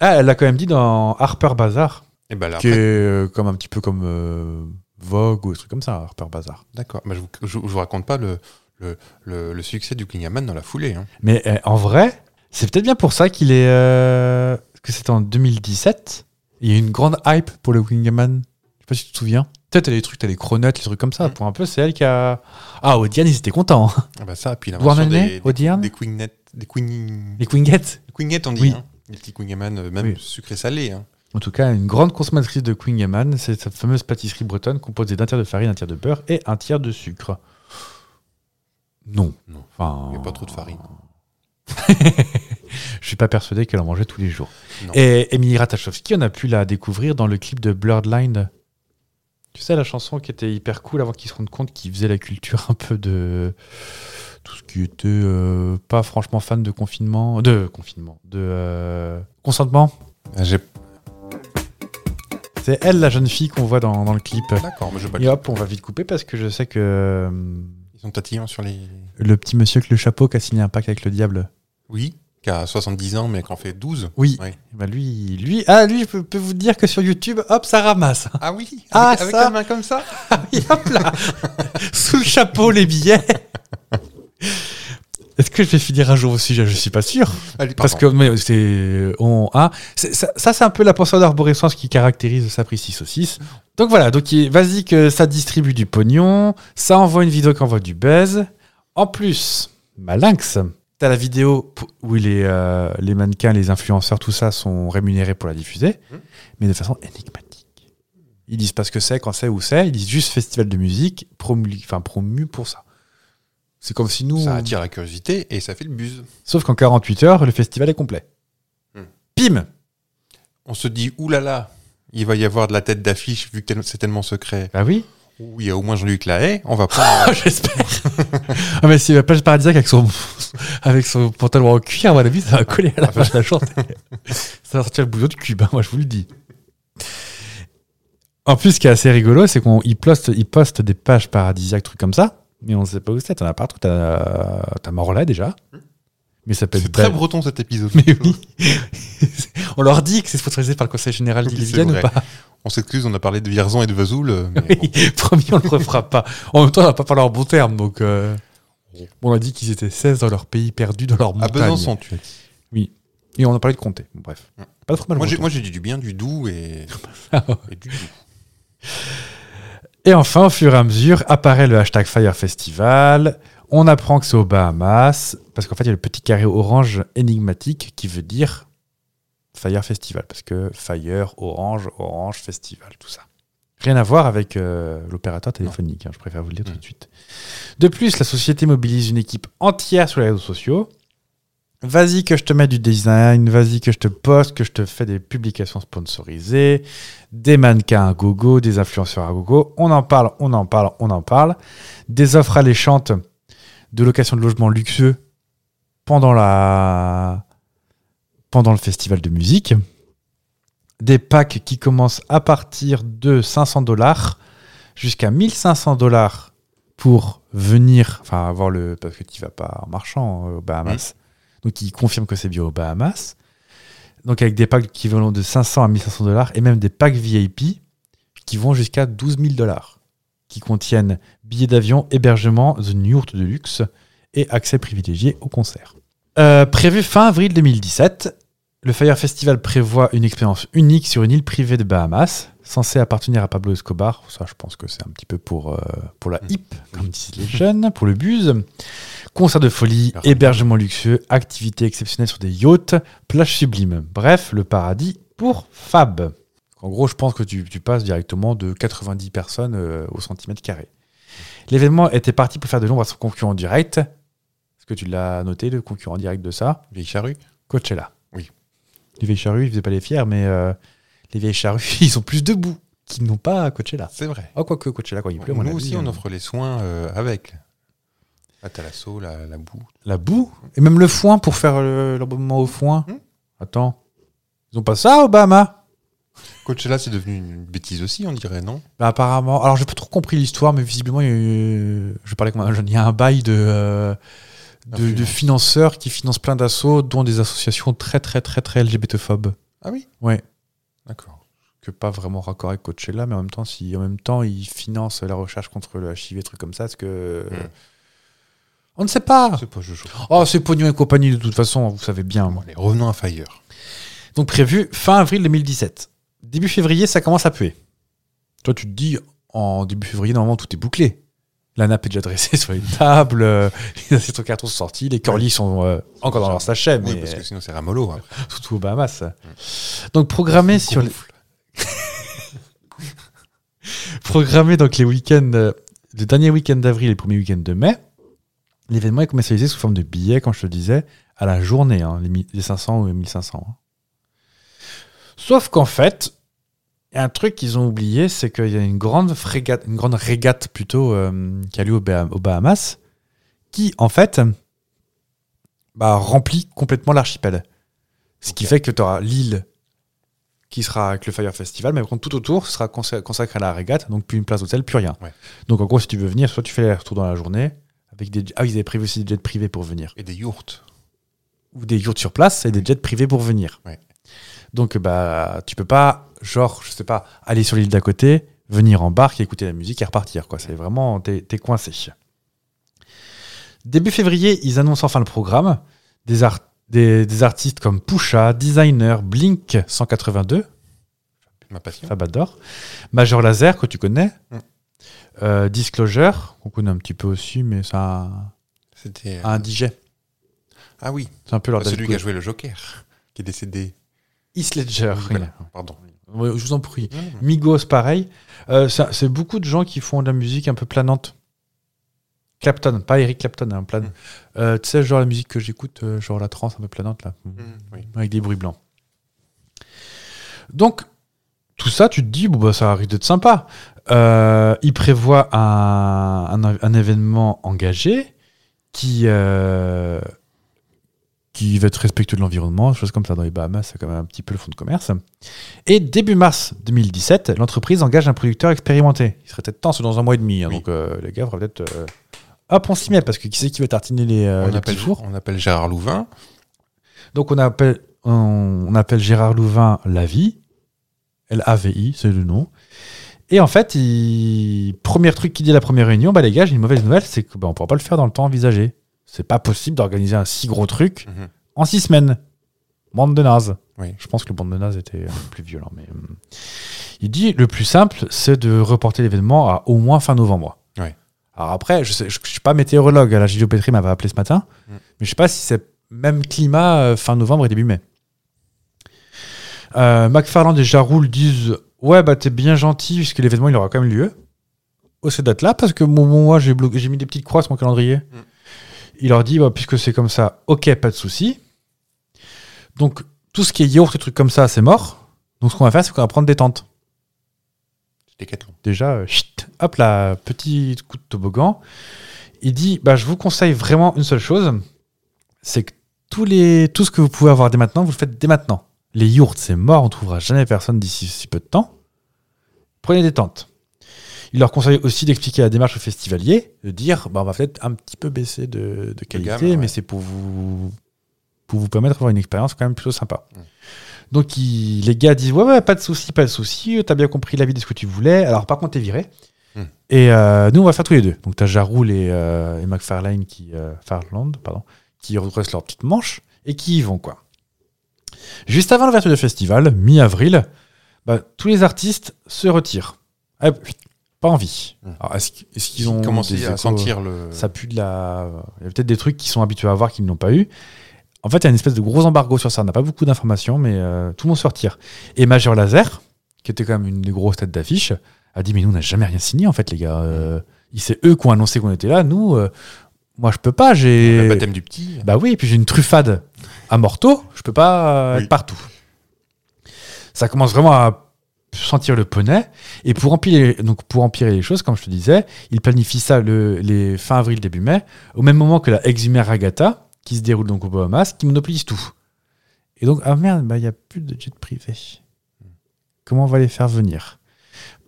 Speaker 1: Ah, elle l'a quand même dit dans Harper Bazaar,
Speaker 2: Et bah là,
Speaker 1: qui
Speaker 2: après,
Speaker 1: est euh, comme un petit peu comme euh, Vogue ou des trucs comme ça, Harper Bazaar.
Speaker 2: D'accord. Bah, je vous, je, je vous raconte pas le, le, le, le succès du Klingaman dans la foulée. hein.
Speaker 1: Mais euh, en vrai, c'est peut-être bien pour ça qu'il est. euh, que c'était en 2017. Il y a eu une grande hype pour le Queen Gaman. Je sais pas si tu te souviens. Peut-être t'as les trucs, t'as les chronotes, les trucs comme ça.
Speaker 2: Mhm.
Speaker 1: Pour un peu, c'est elle qui a. Ah, Odiane, ils étaient contents. hein.
Speaker 2: Ah bah ça, puis l'invention
Speaker 1: Warren
Speaker 2: des,
Speaker 1: Ney,
Speaker 2: des,
Speaker 1: Odiane,
Speaker 2: des Queenettes, des Queen,
Speaker 1: les Quingettes.
Speaker 2: Queenettes on dit,
Speaker 1: Oui.
Speaker 2: hein. des petits Quingaman, euh, même
Speaker 1: Oui.
Speaker 2: sucré-salé. Hein.
Speaker 1: En tout cas, une grande consommatrice de Queen Yaman, c'est cette fameuse pâtisserie bretonne composée d'un tiers de farine, un tiers de beurre et un tiers de sucre. Non.
Speaker 2: Non.
Speaker 1: Enfin,
Speaker 2: Il n'y a pas trop de farine.
Speaker 1: Je suis pas persuadé qu'elle en mangeait tous les jours.
Speaker 2: Non.
Speaker 1: Et Emily Ratajkowski, on a pu la découvrir dans le clip de Blurred Line. Tu sais, la chanson qui était hyper cool avant qu'ils se rendent compte qu'ils faisaient la culture un peu de tout ce qui était euh, pas franchement fan de confinement, de confinement, de euh, consentement.
Speaker 2: Ah, j'ai-
Speaker 1: C'est elle, la jeune fille qu'on voit dans, dans le clip.
Speaker 2: D'accord, mais je vais pas
Speaker 1: Et
Speaker 2: le-
Speaker 1: hop, on va vite couper parce que je sais que euh,
Speaker 2: Ils sont tatillants sur les.
Speaker 1: le petit monsieur avec le chapeau qui a signé un pacte avec le diable.
Speaker 2: Oui, qui a 70 ans, mais qui en fait 12.
Speaker 1: Oui.
Speaker 2: Ouais.
Speaker 1: Bah lui, lui, ah lui, je peux, peux vous dire que sur YouTube, hop, ça ramasse.
Speaker 2: Ah oui
Speaker 1: Ah,
Speaker 2: Avec, avec
Speaker 1: ça
Speaker 2: la main comme ça
Speaker 1: Et hop là, sous le chapeau les billets. Est-ce que je vais finir un jour au sujet Je suis pas sûr.
Speaker 2: Allez,
Speaker 1: Parce
Speaker 2: pardon.
Speaker 1: que mais c'est on ah, c'est- ça, ça, c'est un peu la pensée d'arborescence qui caractérise Sapristi Saucisse. Donc voilà, donc il- vas-y que ça distribue du pognon, ça envoie une vidéo qui envoie du baise. En plus, Malinx, t'as la vidéo p- où les, euh, les mannequins, les influenceurs, tout ça sont rémunérés pour la diffuser,
Speaker 2: Mhm.
Speaker 1: mais de façon énigmatique. Ils disent pas ce que c'est, quand c'est, où c'est, ils disent juste festival de musique, promu, enfin promu pour ça. C'est comme si nous.
Speaker 2: Ça
Speaker 1: on-
Speaker 2: attire la curiosité et ça fait le buzz.
Speaker 1: Sauf qu'en 48 heures, le festival est complet.
Speaker 2: Hmm.
Speaker 1: Pim
Speaker 2: On se dit, oulala, il va y avoir de la tête d'affiche vu que tel- c'est tellement secret.
Speaker 1: Bah oui
Speaker 2: Ou il y a au moins Jean-Luc Lahaye, on va prendre.
Speaker 1: J'espère Ah mais s'il va pas le paradisiaque avec son, avec son pantalon en cuir, à mon avis, ça va coller à la page de la chanson. ça va sortir le bouillon de cube, hein, moi je vous le dis. En plus, ce qui est assez rigolo, c'est qu'ils postent, ils postent des pages paradisiaques, trucs comme ça, mais on ne sait pas où c'est. T'en as partout, t'as t'as Morlaix déjà.
Speaker 2: Hmm.
Speaker 1: Mais ça peut
Speaker 2: C'est
Speaker 1: être
Speaker 2: très
Speaker 1: Bel-
Speaker 2: breton cet épisode.
Speaker 1: Mais oui On leur dit que c'est sponsorisé par le Conseil Général
Speaker 2: Oui, c'est
Speaker 1: d'Ille-et-Vilaine ou
Speaker 2: vrai.
Speaker 1: pas
Speaker 2: On s'excuse, on a parlé de Vierzon et de Vesoul. euh, mais bon.
Speaker 1: Promis, on le refera pas. En même temps, on va pas parler en bon terme, donc. euh, On a dit qu'ils étaient 16 dans leur pays perdu, dans leur
Speaker 2: Oh. À
Speaker 1: montagne.
Speaker 2: Besançon, tu as dit.
Speaker 1: Et on a parlé de compter. Bref. Pas de fromage
Speaker 2: Moi, j'ai-
Speaker 1: breton.
Speaker 2: Moi, j'ai dit du bien, du doux et,
Speaker 1: Ah
Speaker 2: et du doux.
Speaker 1: Et enfin, au fur et à mesure, apparaît le hashtag Fire Festival. On apprend que c'est aux Bahamas, parce qu'en fait, il y a le petit carré orange énigmatique qui veut dire Fire Festival, parce que Fire, Orange, Orange Festival, tout ça. Rien à voir avec euh, l'opérateur téléphonique, hein, je préfère vous le dire tout
Speaker 2: Mhm.
Speaker 1: de suite. De plus, la société mobilise une équipe entière sur les réseaux sociaux. Vas-y que je te mets du design, vas-y que je te poste, que je te fais des publications sponsorisées, des mannequins à gogo, des influenceurs à gogo. On en parle, on en parle, on en parle. Des offres alléchantes de location de logements luxueux pendant la pendant le festival de musique. Des packs qui commencent à partir de 500 dollars jusqu'à 1500 dollars pour venir, enfin avoir le parce que tu vas pas en marchant euh, aux Bahamas. Donc ils confirment que c'est bien aux Bahamas. Donc avec des packs qui vont de 500 à 1500 dollars et même des packs VIP qui vont jusqu'à 12 000 dollars, qui contiennent billets d'avion, hébergement, une yourte de luxe et accès privilégié au concert. Euh, prévu fin avril 2017, le Fire Festival prévoit une expérience unique sur une île privée de Bahamas, censée appartenir à Pablo Escobar. Ça, je pense que c'est un petit peu pour, euh, pour la hip, comme disent les jeunes, pour le buzz. Concert de folie,
Speaker 2: Merci.
Speaker 1: hébergement luxueux, activités exceptionnelles sur des yachts, plage sublime. Bref, le paradis pour Fab. En gros, je pense que tu, tu passes directement de 90 personnes euh, au centimètre carré. L'événement était parti pour faire de l'ombre à son concurrent direct. Est-ce que tu l'as noté, le concurrent direct de ça
Speaker 2: Vieille charrue
Speaker 1: Coachella.
Speaker 2: Oui.
Speaker 1: Les vieilles charrues, ils faisaient pas les fiers, mais euh, les vieilles charrues, ils sont plus debout qu'ils n'ont pas à Coachella.
Speaker 2: C'est vrai.
Speaker 1: Oh, quoique Coachella, quand il pleut, à mon
Speaker 2: Nous
Speaker 1: avis,
Speaker 2: aussi,
Speaker 1: euh,
Speaker 2: on offre les soins euh, avec. Ah, t'as l'assaut, la, la boue.
Speaker 1: La boue Et même le foin pour faire le- l'embaumement au foin
Speaker 2: Hmm.
Speaker 1: Attends. Ils ont pas ça, Obama
Speaker 2: Coachella, c'est devenu une bêtise aussi, on dirait, non
Speaker 1: Bah, apparemment. Alors, j'ai pas trop compris l'histoire, mais visiblement, il y a eu- je parlais comme un jeune. Il y a un bail de, euh, de, de
Speaker 2: Influence.
Speaker 1: financeurs qui financent plein d'assauts, dont des associations très, très, très, très LGBTphobes.
Speaker 2: Ah oui
Speaker 1: Ouais.
Speaker 2: D'accord.
Speaker 1: Que pas vraiment raccord avec Coachella, mais en même temps, si en même temps, ils financent la recherche contre le HIV, trucs comme ça, parce que.
Speaker 2: Hmm.
Speaker 1: On ne sait pas
Speaker 2: C'est pas Jojo.
Speaker 1: Oh, c'est pognon et compagnie, de toute façon, vous savez bien, Ah, moi. Ah,
Speaker 2: Allez, revenons à Fire.
Speaker 1: Donc prévu fin avril 2017. Début février, ça commence à puer. Toi, tu te dis, en début février, normalement, tout est bouclé. La nappe est déjà dressée sur les tables, euh, les assiettes en carton sont sorties, les corlis sont euh, encore dans leur sachet, mais
Speaker 2: Oui, parce que sinon, c'est Ramolo. hein.
Speaker 1: surtout aux Bahamas. Donc programmé sur les... programmé donc les week-ends, euh, le dernier week-end d'avril et le premier week-end de mai, l'événement est commercialisé sous forme de billets, quand je te le disais, à la journée, hein, les, mi- les 500 ou les 1500. hein. Sauf qu'en fait, il y a un truc qu'ils ont oublié, c'est qu'il y a une grande frégate, une grande régate plutôt, euh, qui a lieu au Baha- aux Bahamas, qui en fait bah, remplit complètement l'archipel. Ce qui fait que tu auras l'île qui sera avec le Fire Festival, mais par contre, tout autour sera consa- consacré à la régate, donc plus une place d'hôtel, plus rien.
Speaker 2: Ouais.
Speaker 1: Donc en gros, si tu veux venir, soit tu fais les retours dans la journée, avec des... ah, ils avaient prévu aussi des jets privés pour venir
Speaker 2: Et des yourtes.
Speaker 1: ou des yachts sur place et des jets privés pour venir.
Speaker 2: Ouais.
Speaker 1: Donc bah tu peux pas genre je sais pas aller sur l'île d'à côté, venir en barque, écouter la musique et repartir quoi. C'est vraiment t'es t'es coincé. Début février, ils annoncent enfin le programme des ar- des, des artistes comme Pusha, Designer, Blink 182,
Speaker 2: Ma passion.
Speaker 1: Fab adore, Major Laser que tu connais,
Speaker 2: Mm.
Speaker 1: euh, Disclosure qu'on connaît un petit peu aussi mais c'est un,
Speaker 2: C'était. euh,
Speaker 1: un DJ.
Speaker 2: Ah oui,
Speaker 1: C'est un peu leur
Speaker 2: celui
Speaker 1: David
Speaker 2: qui a
Speaker 1: Bowie.
Speaker 2: joué le Joker, qui est décédé.
Speaker 1: Heath Ledger.
Speaker 2: Voilà, Pardon. Mmh,
Speaker 1: Ouais, Je vous en prie. Migos, pareil. Euh, ça- c'est beaucoup de gens qui font de la musique un peu planante. Clapton, pas Eric Clapton, hein, plane.
Speaker 2: Mm.
Speaker 1: Euh, tu sais, genre la musique que j'écoute, euh, genre la trance un peu planante, là,
Speaker 2: Mhm, oui.
Speaker 1: avec des bruits blancs. Donc, tout ça, tu te dis, bon, bah, ça risque d'être sympa. Euh, il prévoit un, un- un événement engagé qui, euh, qui va être respectueux de l'environnement, des choses comme ça dans les Bahamas, c'est quand même un petit peu le fond de commerce. Et début mars 2017, l'entreprise engage un producteur expérimenté. Il serait peut-être temps, c'est dans un mois et demi. hein,
Speaker 2: Oui.
Speaker 1: Donc euh, les gars, faudrait peut-être. euh, Hop, on s'y met parce que qui c'est qui va tartiner les, euh,
Speaker 2: on,
Speaker 1: les
Speaker 2: appelle,
Speaker 1: petits fours
Speaker 2: on appelle Gérard Louvain.
Speaker 1: donc on appelle, on, on appelle Gérard Louvain Lavi, L-A-V-I, c'est le nom. Et en fait, il, premier truc qu'il dit à la première réunion, bah les gars, j'ai une mauvaise nouvelle, c'est qu'on ne pourra pas le faire dans le temps envisagé. C'est pas possible d'organiser un si gros truc
Speaker 2: Mhm.
Speaker 1: en six semaines. Bande de nazes.
Speaker 2: Oui.
Speaker 1: Je pense que le bande de nazes était un peu plus violent. Mais, hum. il dit le plus simple, c'est de reporter l'événement à au moins fin novembre.
Speaker 2: Ouais.
Speaker 1: Alors après, je ne suis pas météorologue. La Gilopétrie m'avait appelé ce matin.
Speaker 2: Mm.
Speaker 1: Mais je sais pas si c'est même climat euh, fin novembre et début mai. Euh, McFarland et Jaroul disent Ouais, bah t'es bien gentil, puisque l'événement il aura quand même lieu. Aux ces dates-là, parce que mon- mon- moi j'ai bloqué- j'ai mis des petites croix sur mon calendrier. Il leur dit bah, Puisque c'est comme ça, ok, pas de souci. Donc tout ce qui est yaourt et trucs comme ça, c'est mort. Donc ce qu'on va faire, c'est qu'on va prendre des tentes.
Speaker 2: Décathlon.
Speaker 1: Déjà, euh, chut, hop là, petit coup de toboggan. Il dit bah, Je vous conseille vraiment une seule chose c'est que tous les, tout ce que vous pouvez avoir dès maintenant, vous le faites dès maintenant. Les yurts, c'est mort, on trouvera jamais personne d'ici si peu de temps. Prenez des tentes. Il leur conseille aussi d'expliquer la démarche au festivalier, de dire bah, on va peut-être un petit peu baisser de, de qualité,
Speaker 2: gamme, ouais.
Speaker 1: mais c'est pour vous, pour vous permettre d'avoir une expérience quand même plutôt sympa.
Speaker 2: Mm.
Speaker 1: Donc il- les gars disent ouais, ouais, pas de souci, pas de souci, euh, t'as bien compris la vie de ce que tu voulais. Alors par contre, t'es viré.
Speaker 2: Hmm.
Speaker 1: Et euh, nous, on va faire tous les deux. Donc t'as Jaroul et, euh, et McFarlane qui. euh, Farland, pardon qui redressent leurs petites manches et qui y vont quoi. Juste avant l'ouverture du festival, mi-avril, bah, tous les artistes se retirent. Ah, pff, pas envie.
Speaker 2: Mm.
Speaker 1: Alors, est-ce, qu- est-ce qu'ils
Speaker 2: Ils
Speaker 1: ont
Speaker 2: ont
Speaker 1: des
Speaker 2: commencé à
Speaker 1: échos
Speaker 2: sentir euh, le.
Speaker 1: Ça pue de la. Il y a peut-être des trucs qu'ils sont habitués à voir qu'ils n'ont pas eu. En fait, il y a une espèce de gros embargo sur ça. On n'a pas beaucoup d'informations, mais euh, tout le monde se retire. Et Major Laser, qui était quand même une des grosses têtes d'affiche, a dit Mais nous, on n'a jamais rien signé, en fait, les gars. Euh, il- c'est eux qui ont annoncé qu'on était là. Nous, euh, moi, je peux pas. J'ai.
Speaker 2: Le baptême du petit.
Speaker 1: Bah oui, et puis j'ai une truffade à Morteau, je peux pas euh,
Speaker 2: Oui.
Speaker 1: être partout. Ça commence vraiment à sentir le poney. Et pour empirer, donc pour empirer les choses, comme je te disais, il planifie ça le, les fin avril, début mai, au même moment que la exhumère Agatha, qui se déroule donc au Bahamas, qui monopolise tout. Et donc, ah merde, bah, il n'y a plus de jet privé. Comment on va les faire venir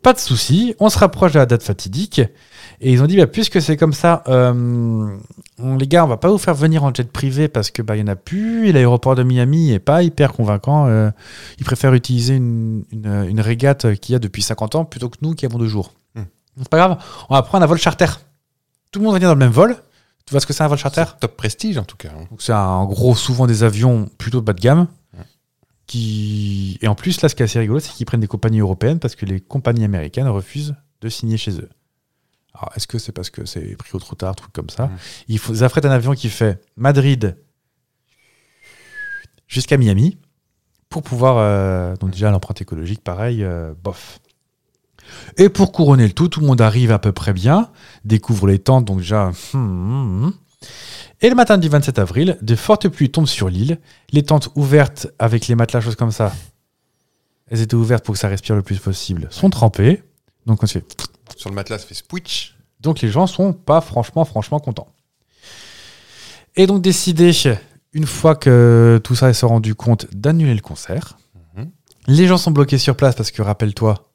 Speaker 1: Pas de souci, on se rapproche de la date fatidique. Et ils ont dit, bah, puisque c'est comme ça, euh, on- les gars, on va pas vous faire venir en jet privé parce que bah, il y en a plus. Et l'aéroport de Miami est pas hyper convaincant. euh, ils préfèrent utiliser une, une- une régate qu'il y a depuis 50 ans plutôt que nous qui avons deux jours.
Speaker 2: Hmm.
Speaker 1: C'est pas grave, on va prendre un vol charter. Tout le monde va venir dans le même vol. Tu vois ce que c'est un vol charter
Speaker 2: C'est Top prestige en tout cas. hein.
Speaker 1: donc c'est un- en gros souvent des avions plutôt bas de gamme. Qui... Et en plus, là, ce qui est assez rigolo, c'est qu'ils prennent des compagnies européennes parce que les compagnies américaines refusent de signer chez eux. Alors, est-ce que c'est parce que c'est pris au trop tard, truc comme ça
Speaker 2: Mm.
Speaker 1: Ils font- ils affrètent un avion qui fait Madrid jusqu'à Miami pour pouvoir. euh, donc, déjà, l'empreinte écologique, pareil, euh, bof. Et pour couronner le tout, tout le monde arrive à peu près bien, découvre les tentes, donc déjà. hum, hum, hum. Et le matin du 27 avril, de fortes pluies tombent sur l'île. Les tentes ouvertes avec les matelas, choses comme ça, elles étaient ouvertes pour que ça respire le plus possible, sont trempées. Donc, on se fait
Speaker 2: Sur le matelas, ça fait switch.
Speaker 1: donc les gens sont pas franchement, franchement contents. Et donc décidé, une fois que tout ça se rendu compte, d'annuler le concert.
Speaker 2: Mhm.
Speaker 1: Les gens sont bloqués sur place parce que rappelle-toi,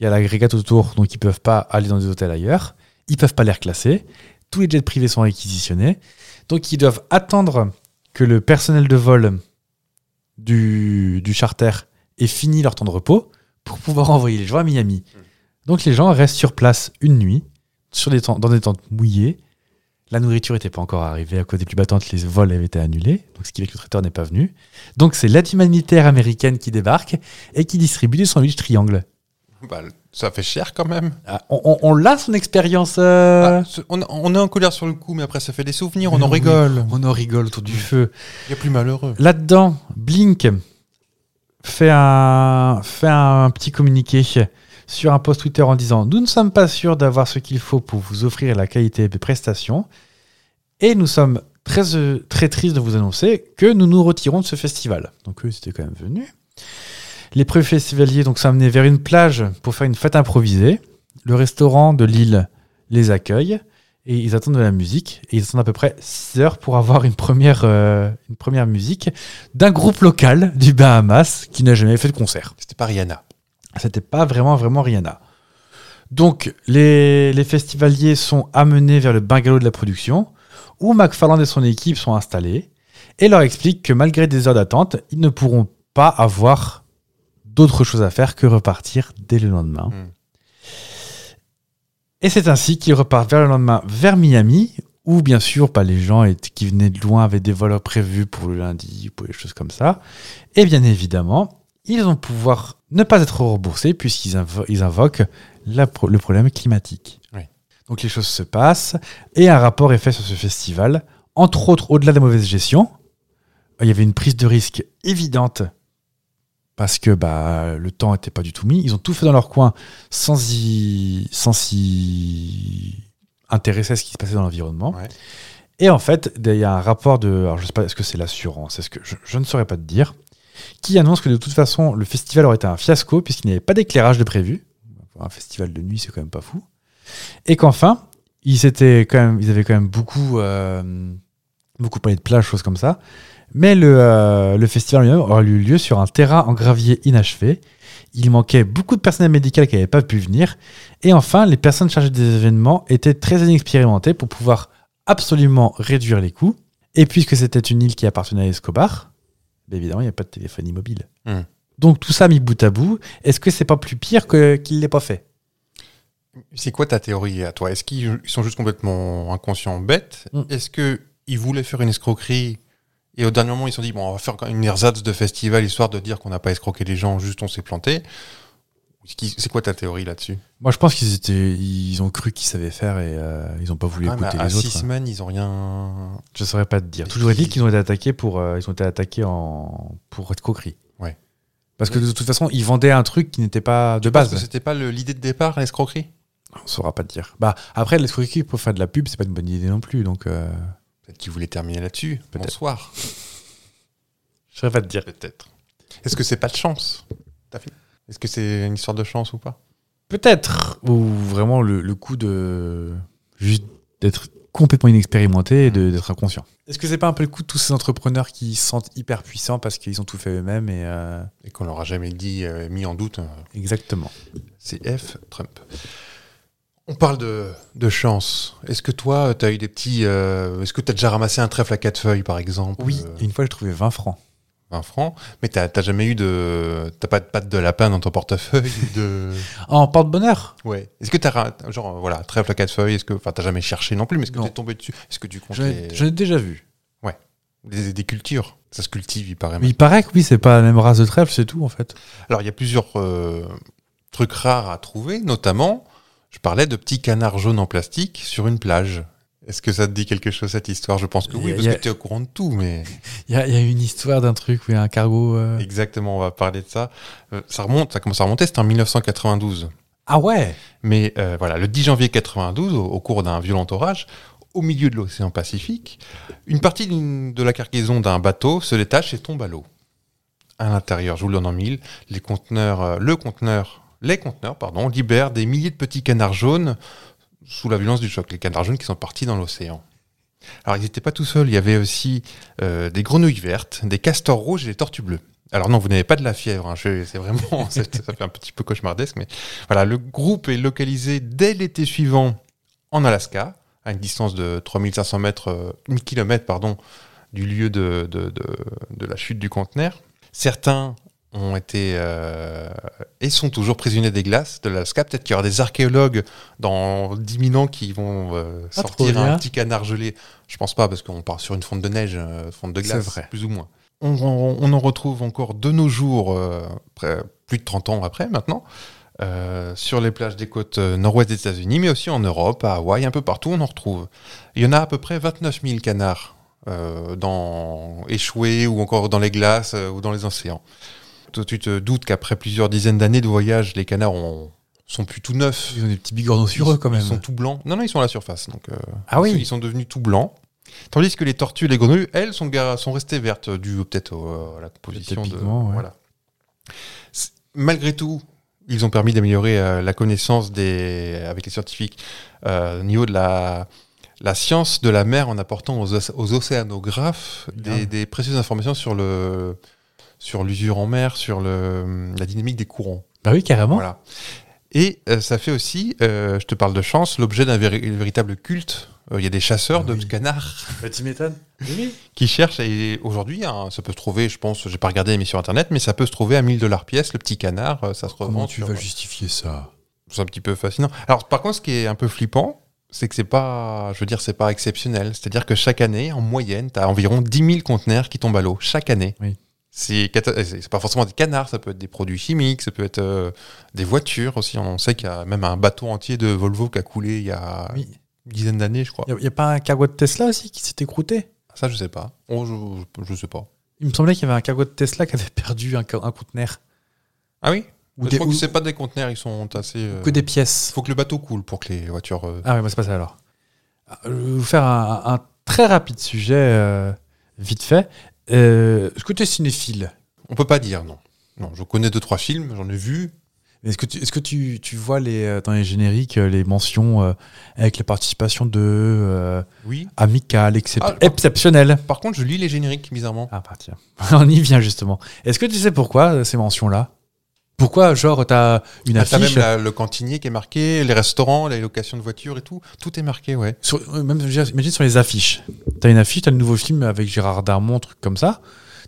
Speaker 1: il y a l'agrégat autour, donc ils peuvent pas aller dans des hôtels ailleurs. Ils peuvent pas les reclasser. Tous les jets privés sont réquisitionnés. Donc ils doivent attendre que le personnel de vol du, du charter ait fini leur temps de repos pour pouvoir envoyer les gens à Miami. Donc les gens restent sur place une nuit sur des tentes- dans des tentes mouillées. La nourriture n'était pas encore arrivée à cause des pluies battantes, les vols avaient été annulés, donc ce qui fait que le traiteur n'est pas venu. Donc c'est l'aide humanitaire américaine qui débarque et qui distribue des sandwichs triangles.
Speaker 2: Bah, ça fait cher quand même.
Speaker 1: Ah, on on- on l'a son expérience. euh,
Speaker 2: Ah, ce- on, on est en colère sur le coup, mais après ça fait des souvenirs, on
Speaker 1: Mais
Speaker 2: en
Speaker 1: oui.
Speaker 2: rigole.
Speaker 1: On en rigole autour du feu.
Speaker 2: Il y a plus malheureux.
Speaker 1: Là-dedans, Blink fait un, fait un petit communiqué sur un post Twitter en disant Nous ne sommes pas sûrs d'avoir ce qu'il faut pour vous offrir la qualité des prestations et nous sommes très, euh, très tristes de vous annoncer que nous nous retirons de ce festival. Donc eux, c'était quand même venu. Les pré-festivaliers donc, sont amenés vers une plage pour faire une fête improvisée. Le restaurant de l'île les accueille et ils attendent de la musique. Et ils attendent à peu près 6 heures pour avoir une première, euh, une première musique d'un groupe local du Bahamas qui n'a jamais fait de concert.
Speaker 2: C'était pas Rihanna.
Speaker 1: C'était pas vraiment, vraiment Rihanna. Donc, les, les festivaliers sont amenés vers le bungalow de la production, où McFarland et son équipe sont installés, et leur expliquent que malgré des heures d'attente, ils ne pourront pas avoir d'autre chose à faire que repartir dès le lendemain.
Speaker 2: Mm.
Speaker 1: Et c'est ainsi qu'ils repartent vers le lendemain vers Miami, où bien sûr pas les gens et- qui venaient de loin avaient des vols prévus pour le lundi, pour les choses comme ça. Et bien évidemment, ils vont pouvoir ne pas être remboursés puisqu'ils invo- ils invoquent la pro- le problème climatique.
Speaker 2: Oui.
Speaker 1: Donc les choses se passent et un rapport est fait sur ce festival, euh, entre autres au-delà de la mauvaise gestion. Il y avait une prise de risque évidente parce que bah, le temps n'était pas du tout mis. Ils ont tout fait dans leur coin sans y, sans s'y intéresser à ce qui se passait dans l'environnement.
Speaker 2: Ouais.
Speaker 1: Et en fait, il y a un rapport de, alors je sais pas, est-ce que c'est l'assurance, est-ce que je, je ne saurais pas te dire, qui annonce que de toute façon le festival aurait été un fiasco puisqu'il n'y avait pas d'éclairage de prévu. Pour un festival de nuit, c'est quand même pas fou. Et qu'enfin, ils étaient quand même, ils avaient quand même beaucoup, euh, beaucoup parlé de plage, choses comme ça. Mais le, euh, le festival lui-même aura eu lieu sur un terrain en gravier inachevé. Il manquait beaucoup de personnel médical qui n'avaient pas pu venir. Et enfin, les personnes chargées des événements étaient très inexpérimentées pour pouvoir absolument réduire les coûts. Et puisque c'était une île qui appartenait à Escobar, ben évidemment, il n'y a pas de téléphonie mobile.
Speaker 2: Hmm.
Speaker 1: Donc tout ça mis bout à bout, est-ce que c'est pas plus pire que- qu'il ne l'ait pas fait
Speaker 2: C'est quoi ta théorie à toi Est-ce qu'ils ils sont juste complètement inconscients, bêtes
Speaker 1: Mm.
Speaker 2: Est-ce qu'ils voulaient faire une escroquerie et au dernier moment ils se sont dit, bon, on va faire quand même une ersatz de festival histoire de dire qu'on n'a pas escroqué les gens, juste on s'est planté Est-ce qu'ils- C'est quoi ta théorie là-dessus
Speaker 1: Moi, je pense qu'ils étaient, ils ont cru qu'ils savaient faire et euh, ils n'ont pas voulu
Speaker 2: Ah, mais
Speaker 1: écouter
Speaker 2: À
Speaker 1: les
Speaker 2: six
Speaker 1: autres. hein.
Speaker 2: semaines, ils ont rien.
Speaker 1: Je saurais pas te dire.
Speaker 2: Et
Speaker 1: Toujours
Speaker 2: puis-
Speaker 1: est-il qu'ils ont été attaqués pour, euh, ils ont été attaqués en pour être coqueries.
Speaker 2: Ouais.
Speaker 1: Parce que de toute façon, ils vendaient un truc qui n'était pas de
Speaker 2: Parce que
Speaker 1: base.
Speaker 2: c'était pas le- l'idée de départ, l'escroquerie
Speaker 1: On saura pas te dire. Bah après, les coqueries pour faire de la pub, c'est pas une bonne idée non plus. Donc, euh,
Speaker 2: Peut-être qu'ils voulaient terminer là-dessus.
Speaker 1: Peut-être.
Speaker 2: Bonsoir.
Speaker 1: je saurais pas te dire.
Speaker 2: Peut-être. Est-ce que c'est pas de chance T'as fait Est-ce que c'est une histoire de chance ou pas
Speaker 1: Peut-être ou vraiment le, le coup de juste d'être complètement inexpérimenté et de- d'être inconscient. Est-ce que c'est pas un peu le coup de tous ces entrepreneurs qui se sentent hyper puissants parce qu'ils ont tout fait eux-mêmes et euh,
Speaker 2: Et qu'on leur a jamais dit, euh, mis en doute. euh,
Speaker 1: exactement.
Speaker 2: CF Trump. On parle de, de chance. Est-ce que toi, tu as eu des petits. euh, Est-ce que tu as déjà ramassé un trèfle à quatre feuilles, par exemple
Speaker 1: Oui.
Speaker 2: euh,
Speaker 1: Et une fois, j'ai trouvé 20 francs.
Speaker 2: 20 francs. Mais tu n'as jamais eu de. Tu pas de pâte de lapin dans ton portefeuille ou de...
Speaker 1: Ah, En porte-bonheur.
Speaker 2: Ouais. Est-ce que tu as. Genre, euh, voilà, trèfle à quatre feuilles. Est-ce que. Enfin, tu jamais cherché non plus, mais est-ce que
Speaker 1: Non.
Speaker 2: tu es tombé dessus Est-ce que tu comptes
Speaker 1: Je
Speaker 2: les-
Speaker 1: je l'ai déjà vu.
Speaker 2: des, des cultures Ça se cultive, il paraît.
Speaker 1: Mais il paraît que oui, c'est pas la même race de trèfle, c'est tout en fait.
Speaker 2: Alors, il y a plusieurs euh, trucs rares à trouver, notamment, je parlais de petits canards jaunes en plastique sur une plage. Est-ce que ça te dit quelque chose, cette histoire Je pense que
Speaker 1: Il y
Speaker 2: oui,
Speaker 1: a-
Speaker 2: parce
Speaker 1: il y
Speaker 2: que
Speaker 1: a-
Speaker 2: tu es au courant de tout, mais
Speaker 1: Il y a, il y a une histoire d'un truc, oui, un cargo. euh.
Speaker 2: exactement, on va parler de ça. Euh, Ça remonte, ça commence à remonter, c'était en 1992.
Speaker 1: Ah ouais
Speaker 2: Mais euh, voilà, le 10 janvier 92, au, au cours d'un violent orage, au milieu de l'océan Pacifique, une partie d'une- de la cargaison d'un bateau se détache et tombe à l'eau. À l'intérieur, je vous le donne en mille, les conteneurs, euh, le conteneur, les conteneurs, pardon, libèrent des milliers de petits canards jaunes sous la violence du choc. Les canards jaunes qui sont partis dans l'océan. Alors, ils n'étaient pas tout seuls. Il y avait aussi euh, des grenouilles vertes, des castors rouges et des tortues bleues. Alors non, vous n'avez pas de la fièvre. hein, je- c'est vraiment, c'est- ça fait un petit peu cauchemardesque, mais voilà, le groupe est localisé dès l'été suivant en Alaska, à une distance de 3500 mètres, euh, 1000 km pardon, du lieu de, de- de- de la chute du conteneur. Certains ont été euh, et sont toujours prisonniers des glaces de l'Alaska. Peut-être qu'il y aura des archéologues dans 10 000 ans qui vont euh,
Speaker 1: Ah, trop
Speaker 2: sortir
Speaker 1: bien.
Speaker 2: un petit canard gelé. Je pense pas, parce qu'on part sur une fonte de neige, euh, fonte de
Speaker 1: C'est
Speaker 2: glace,
Speaker 1: vrai.
Speaker 2: plus ou moins. On, on- on en retrouve encore de nos jours, euh, après- plus de 30 ans après maintenant, euh, sur les plages des côtes euh, nord-ouest des États-Unis, mais aussi en Europe, à Hawaï, un peu partout, on en retrouve. Il y en a à peu près 29 000 canards euh, dans, échoués ou encore dans les glaces euh, ou dans les océans. Toi, tu te doutes qu'après plusieurs dizaines d'années de voyage, les canards ont- sont plus tout neufs.
Speaker 1: Ils ont des petits bigorneaux sur eux quand même.
Speaker 2: Ils sont tout blancs. Non, non, ils sont à la surface. Donc, euh,
Speaker 1: Ah
Speaker 2: ils sont devenus tout blancs. Tandis que les tortues et les grenouilles, elles, sont, gar- sont restées vertes, dues peut-être au- à la composition de.
Speaker 1: Typiquement, ouais.
Speaker 2: Voilà. C'est- Malgré tout, ils ont permis d'améliorer euh, la connaissance des, avec les scientifiques euh, au niveau de la, la science de la mer en apportant aux, oc- aux océanographes
Speaker 1: Bien.
Speaker 2: des, des précieuses informations sur le sur l'usure en mer, sur le, la dynamique des courants.
Speaker 1: Bah oui, carrément.
Speaker 2: Voilà. Et euh, ça fait aussi, euh, je te parle de chance, l'objet d'un véri- véritable culte. Euh, Il y a des chasseurs
Speaker 1: Ah
Speaker 2: de
Speaker 1: oui.
Speaker 2: canards
Speaker 1: Petit méthane. Oui.
Speaker 2: qui cherchent, et aujourd'hui, hein, ça peut se trouver, je pense, j'ai pas regardé, mais sur Internet, mais ça peut se trouver à 1000 dollars pièce, le petit canard, euh, ça se revend.
Speaker 1: Comment tu
Speaker 2: sur-
Speaker 1: vas justifier ça
Speaker 2: C'est un petit peu fascinant. Alors, par contre, ce qui est un peu flippant, c'est que c'est pas, je veux dire, c'est pas exceptionnel. C'est-à-dire que chaque année, en moyenne, tu as environ 10 000 conteneurs qui tombent à l'eau, chaque année.
Speaker 1: Oui.
Speaker 2: C'est cata- euh, c'est- c'est pas forcément des canards, ça peut être des produits chimiques, ça peut être euh, des voitures aussi. On sait qu'il y a même un bateau entier de Volvo qui a coulé il y a
Speaker 1: Oui.
Speaker 2: une dizaine d'années, je crois.
Speaker 1: Il n'y a, pas un cargo de Tesla aussi qui s'est écrouté
Speaker 2: Ça, je sais pas. Oh, je, je- je sais pas.
Speaker 1: Il me semblait qu'il y avait un cargo de Tesla qui avait perdu un, ca- un conteneur.
Speaker 2: Ah oui
Speaker 1: Ou
Speaker 2: Je
Speaker 1: des-
Speaker 2: crois
Speaker 1: ou-
Speaker 2: que c'est pas des conteneurs, ils sont assez. euh,
Speaker 1: que des pièces.
Speaker 2: Faut que le bateau coule pour que les voitures. euh,
Speaker 1: Ah oui, moi c'est pas ça alors. Ah, Je vais vous faire un, un très rapide sujet, euh, vite fait. Euh, est-ce que tu es cinéphile
Speaker 2: On peut pas dire non. Non, je connais deux trois films, j'en ai vu.
Speaker 1: Est-ce que, tu, est-ce que tu, tu vois les, euh, dans les génériques euh, les mentions euh, avec la participation de euh,
Speaker 2: Oui.
Speaker 1: amicale, excep-
Speaker 2: Ah,
Speaker 1: exceptionnelle
Speaker 2: Par contre, je lis les génériques bizarrement.
Speaker 1: Ah, bah, tiens. On y vient justement. Est-ce que tu sais pourquoi euh, ces mentions-là Pourquoi, genre, t'as une
Speaker 2: Ah, T'as même
Speaker 1: affiche
Speaker 2: la- le cantinier qui est marqué, les restaurants, les locations de voitures et tout. Tout est marqué, ouais.
Speaker 1: sur, euh, même, je veux dire, imagine sur les affiches. T'as une affiche, t'as le nouveau film avec Gérard Darmon, un truc comme ça.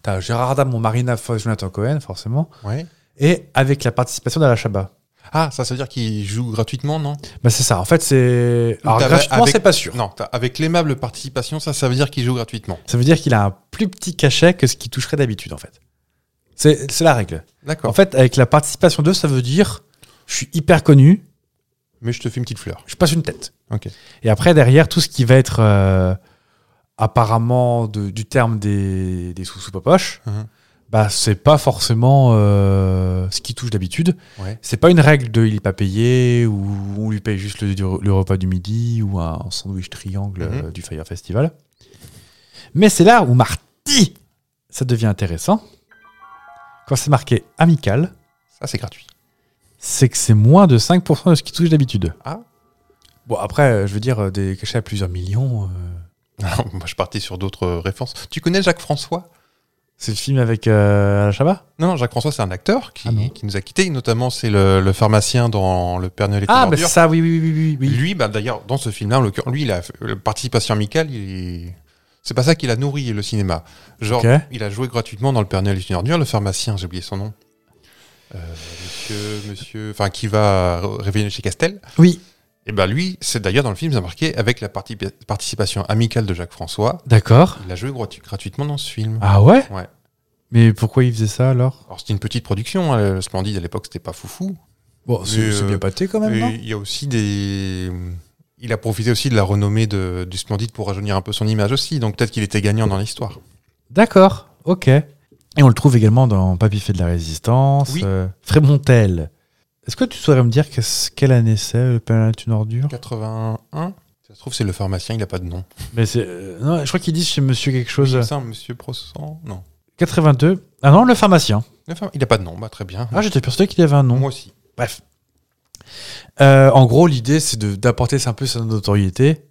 Speaker 1: T'as Gérard Darmon, Marina Foïs, Jonathan Cohen, forcément.
Speaker 2: Ouais.
Speaker 1: Et avec la participation d'Alain Chabat.
Speaker 2: Ah, ça, ça veut dire qu'ils jouent gratuitement, non
Speaker 1: Bah, c'est ça. En fait, c'est. Alors,
Speaker 2: T'avais-
Speaker 1: gratuitement,
Speaker 2: avec-
Speaker 1: c'est pas sûr.
Speaker 2: Non, t'as- avec l'aimable participation, ça, ça veut dire qu'ils jouent gratuitement.
Speaker 1: Ça veut dire qu'il a un plus petit cachet que ce qu'il toucherait d'habitude, en fait. C'est c'est la règle.
Speaker 2: D'accord.
Speaker 1: En fait, avec la participation d'eux, ça veut dire je suis hyper connu,
Speaker 2: Mais je te fais une petite fleur.
Speaker 1: je passe une tête.
Speaker 2: Ok.
Speaker 1: Et après, derrière, tout ce qui va être euh, apparemment de- du terme des, des sous-sous poches,
Speaker 2: Mhm.
Speaker 1: bah, c'est pas forcément euh, ce qui touche d'habitude.
Speaker 2: Ouais.
Speaker 1: C'est pas une règle de il est pas payé ou on lui paye juste le, le repas du midi ou un sandwich triangle
Speaker 2: Mhm.
Speaker 1: euh, du Fire Festival. Mais c'est là où Marty, ça devient intéressant. Quand c'est marqué amical,
Speaker 2: Ça, c'est gratuit.
Speaker 1: c'est que c'est moins de 5% de ce qui touche d'habitude.
Speaker 2: Ah.
Speaker 1: Bon, après, euh, je veux dire, euh, des cachets à plusieurs millions. euh,
Speaker 2: Alors, moi, je partais sur d'autres euh, références. Tu connais Jacques François
Speaker 1: C'est le film avec euh, Alain Chabat
Speaker 2: Non, non, Jacques François, c'est un acteur qui,
Speaker 1: Ah non.
Speaker 2: qui nous a quittés. Notamment, c'est le, le pharmacien dans Le Père Noël et
Speaker 1: Ah, bah ça, oui, oui, oui, oui. oui.
Speaker 2: Lui, bah, d'ailleurs, dans ce film-là, en l'occurrence, lui, il a fait- la participation amicale, il est- c'est pas ça qu'il a nourri le cinéma. Genre,
Speaker 1: Ok.
Speaker 2: il a joué gratuitement dans Le Père Noël est une ordure, le pharmacien, j'ai oublié son nom. Euh, monsieur, monsieur, enfin, qui va ré- réveiller chez Castel.
Speaker 1: Oui.
Speaker 2: Et ben lui, c'est d'ailleurs dans le film, c'est marqué avec la parti- participation amicale de Jacques François.
Speaker 1: D'accord.
Speaker 2: Il a joué gratu- gratuitement dans ce film.
Speaker 1: Ah ouais
Speaker 2: Ouais.
Speaker 1: Mais pourquoi il faisait ça alors
Speaker 2: Alors, c'était une petite production, hein, le Splendide à l'époque, c'était pas foufou.
Speaker 1: Bon,
Speaker 2: Mais,
Speaker 1: c'est c'est
Speaker 2: euh,
Speaker 1: bien pâté quand même,
Speaker 2: Et
Speaker 1: non
Speaker 2: il y a aussi des. Il a profité aussi de la renommée de- du Splendide pour rajeunir un peu son image aussi. Donc peut-être qu'il était gagnant dans l'histoire.
Speaker 1: D'accord, ok. Et on le trouve également dans Papy fait de la résistance,
Speaker 2: Oui.
Speaker 1: euh, Frémontel. Est-ce que tu saurais me dire que c- quelle année c'est, le Père Noël est une ordure
Speaker 2: 81 Ça se trouve, c'est le pharmacien, il n'a pas de nom.
Speaker 1: Mais c'est, euh, non, Je crois qu'ils disent chez monsieur quelque
Speaker 2: Il
Speaker 1: chose.
Speaker 2: me semble, monsieur Prossan Non.
Speaker 1: 82. Ah non, le pharmacien.
Speaker 2: Le pharma- Il n'a pas de nom, bah, très bien.
Speaker 1: Ah, j'étais persuadé qu'il avait un nom.
Speaker 2: Moi aussi.
Speaker 1: Bref. Euh, en gros, l'idée, c'est de- d'apporter un peu sa notoriété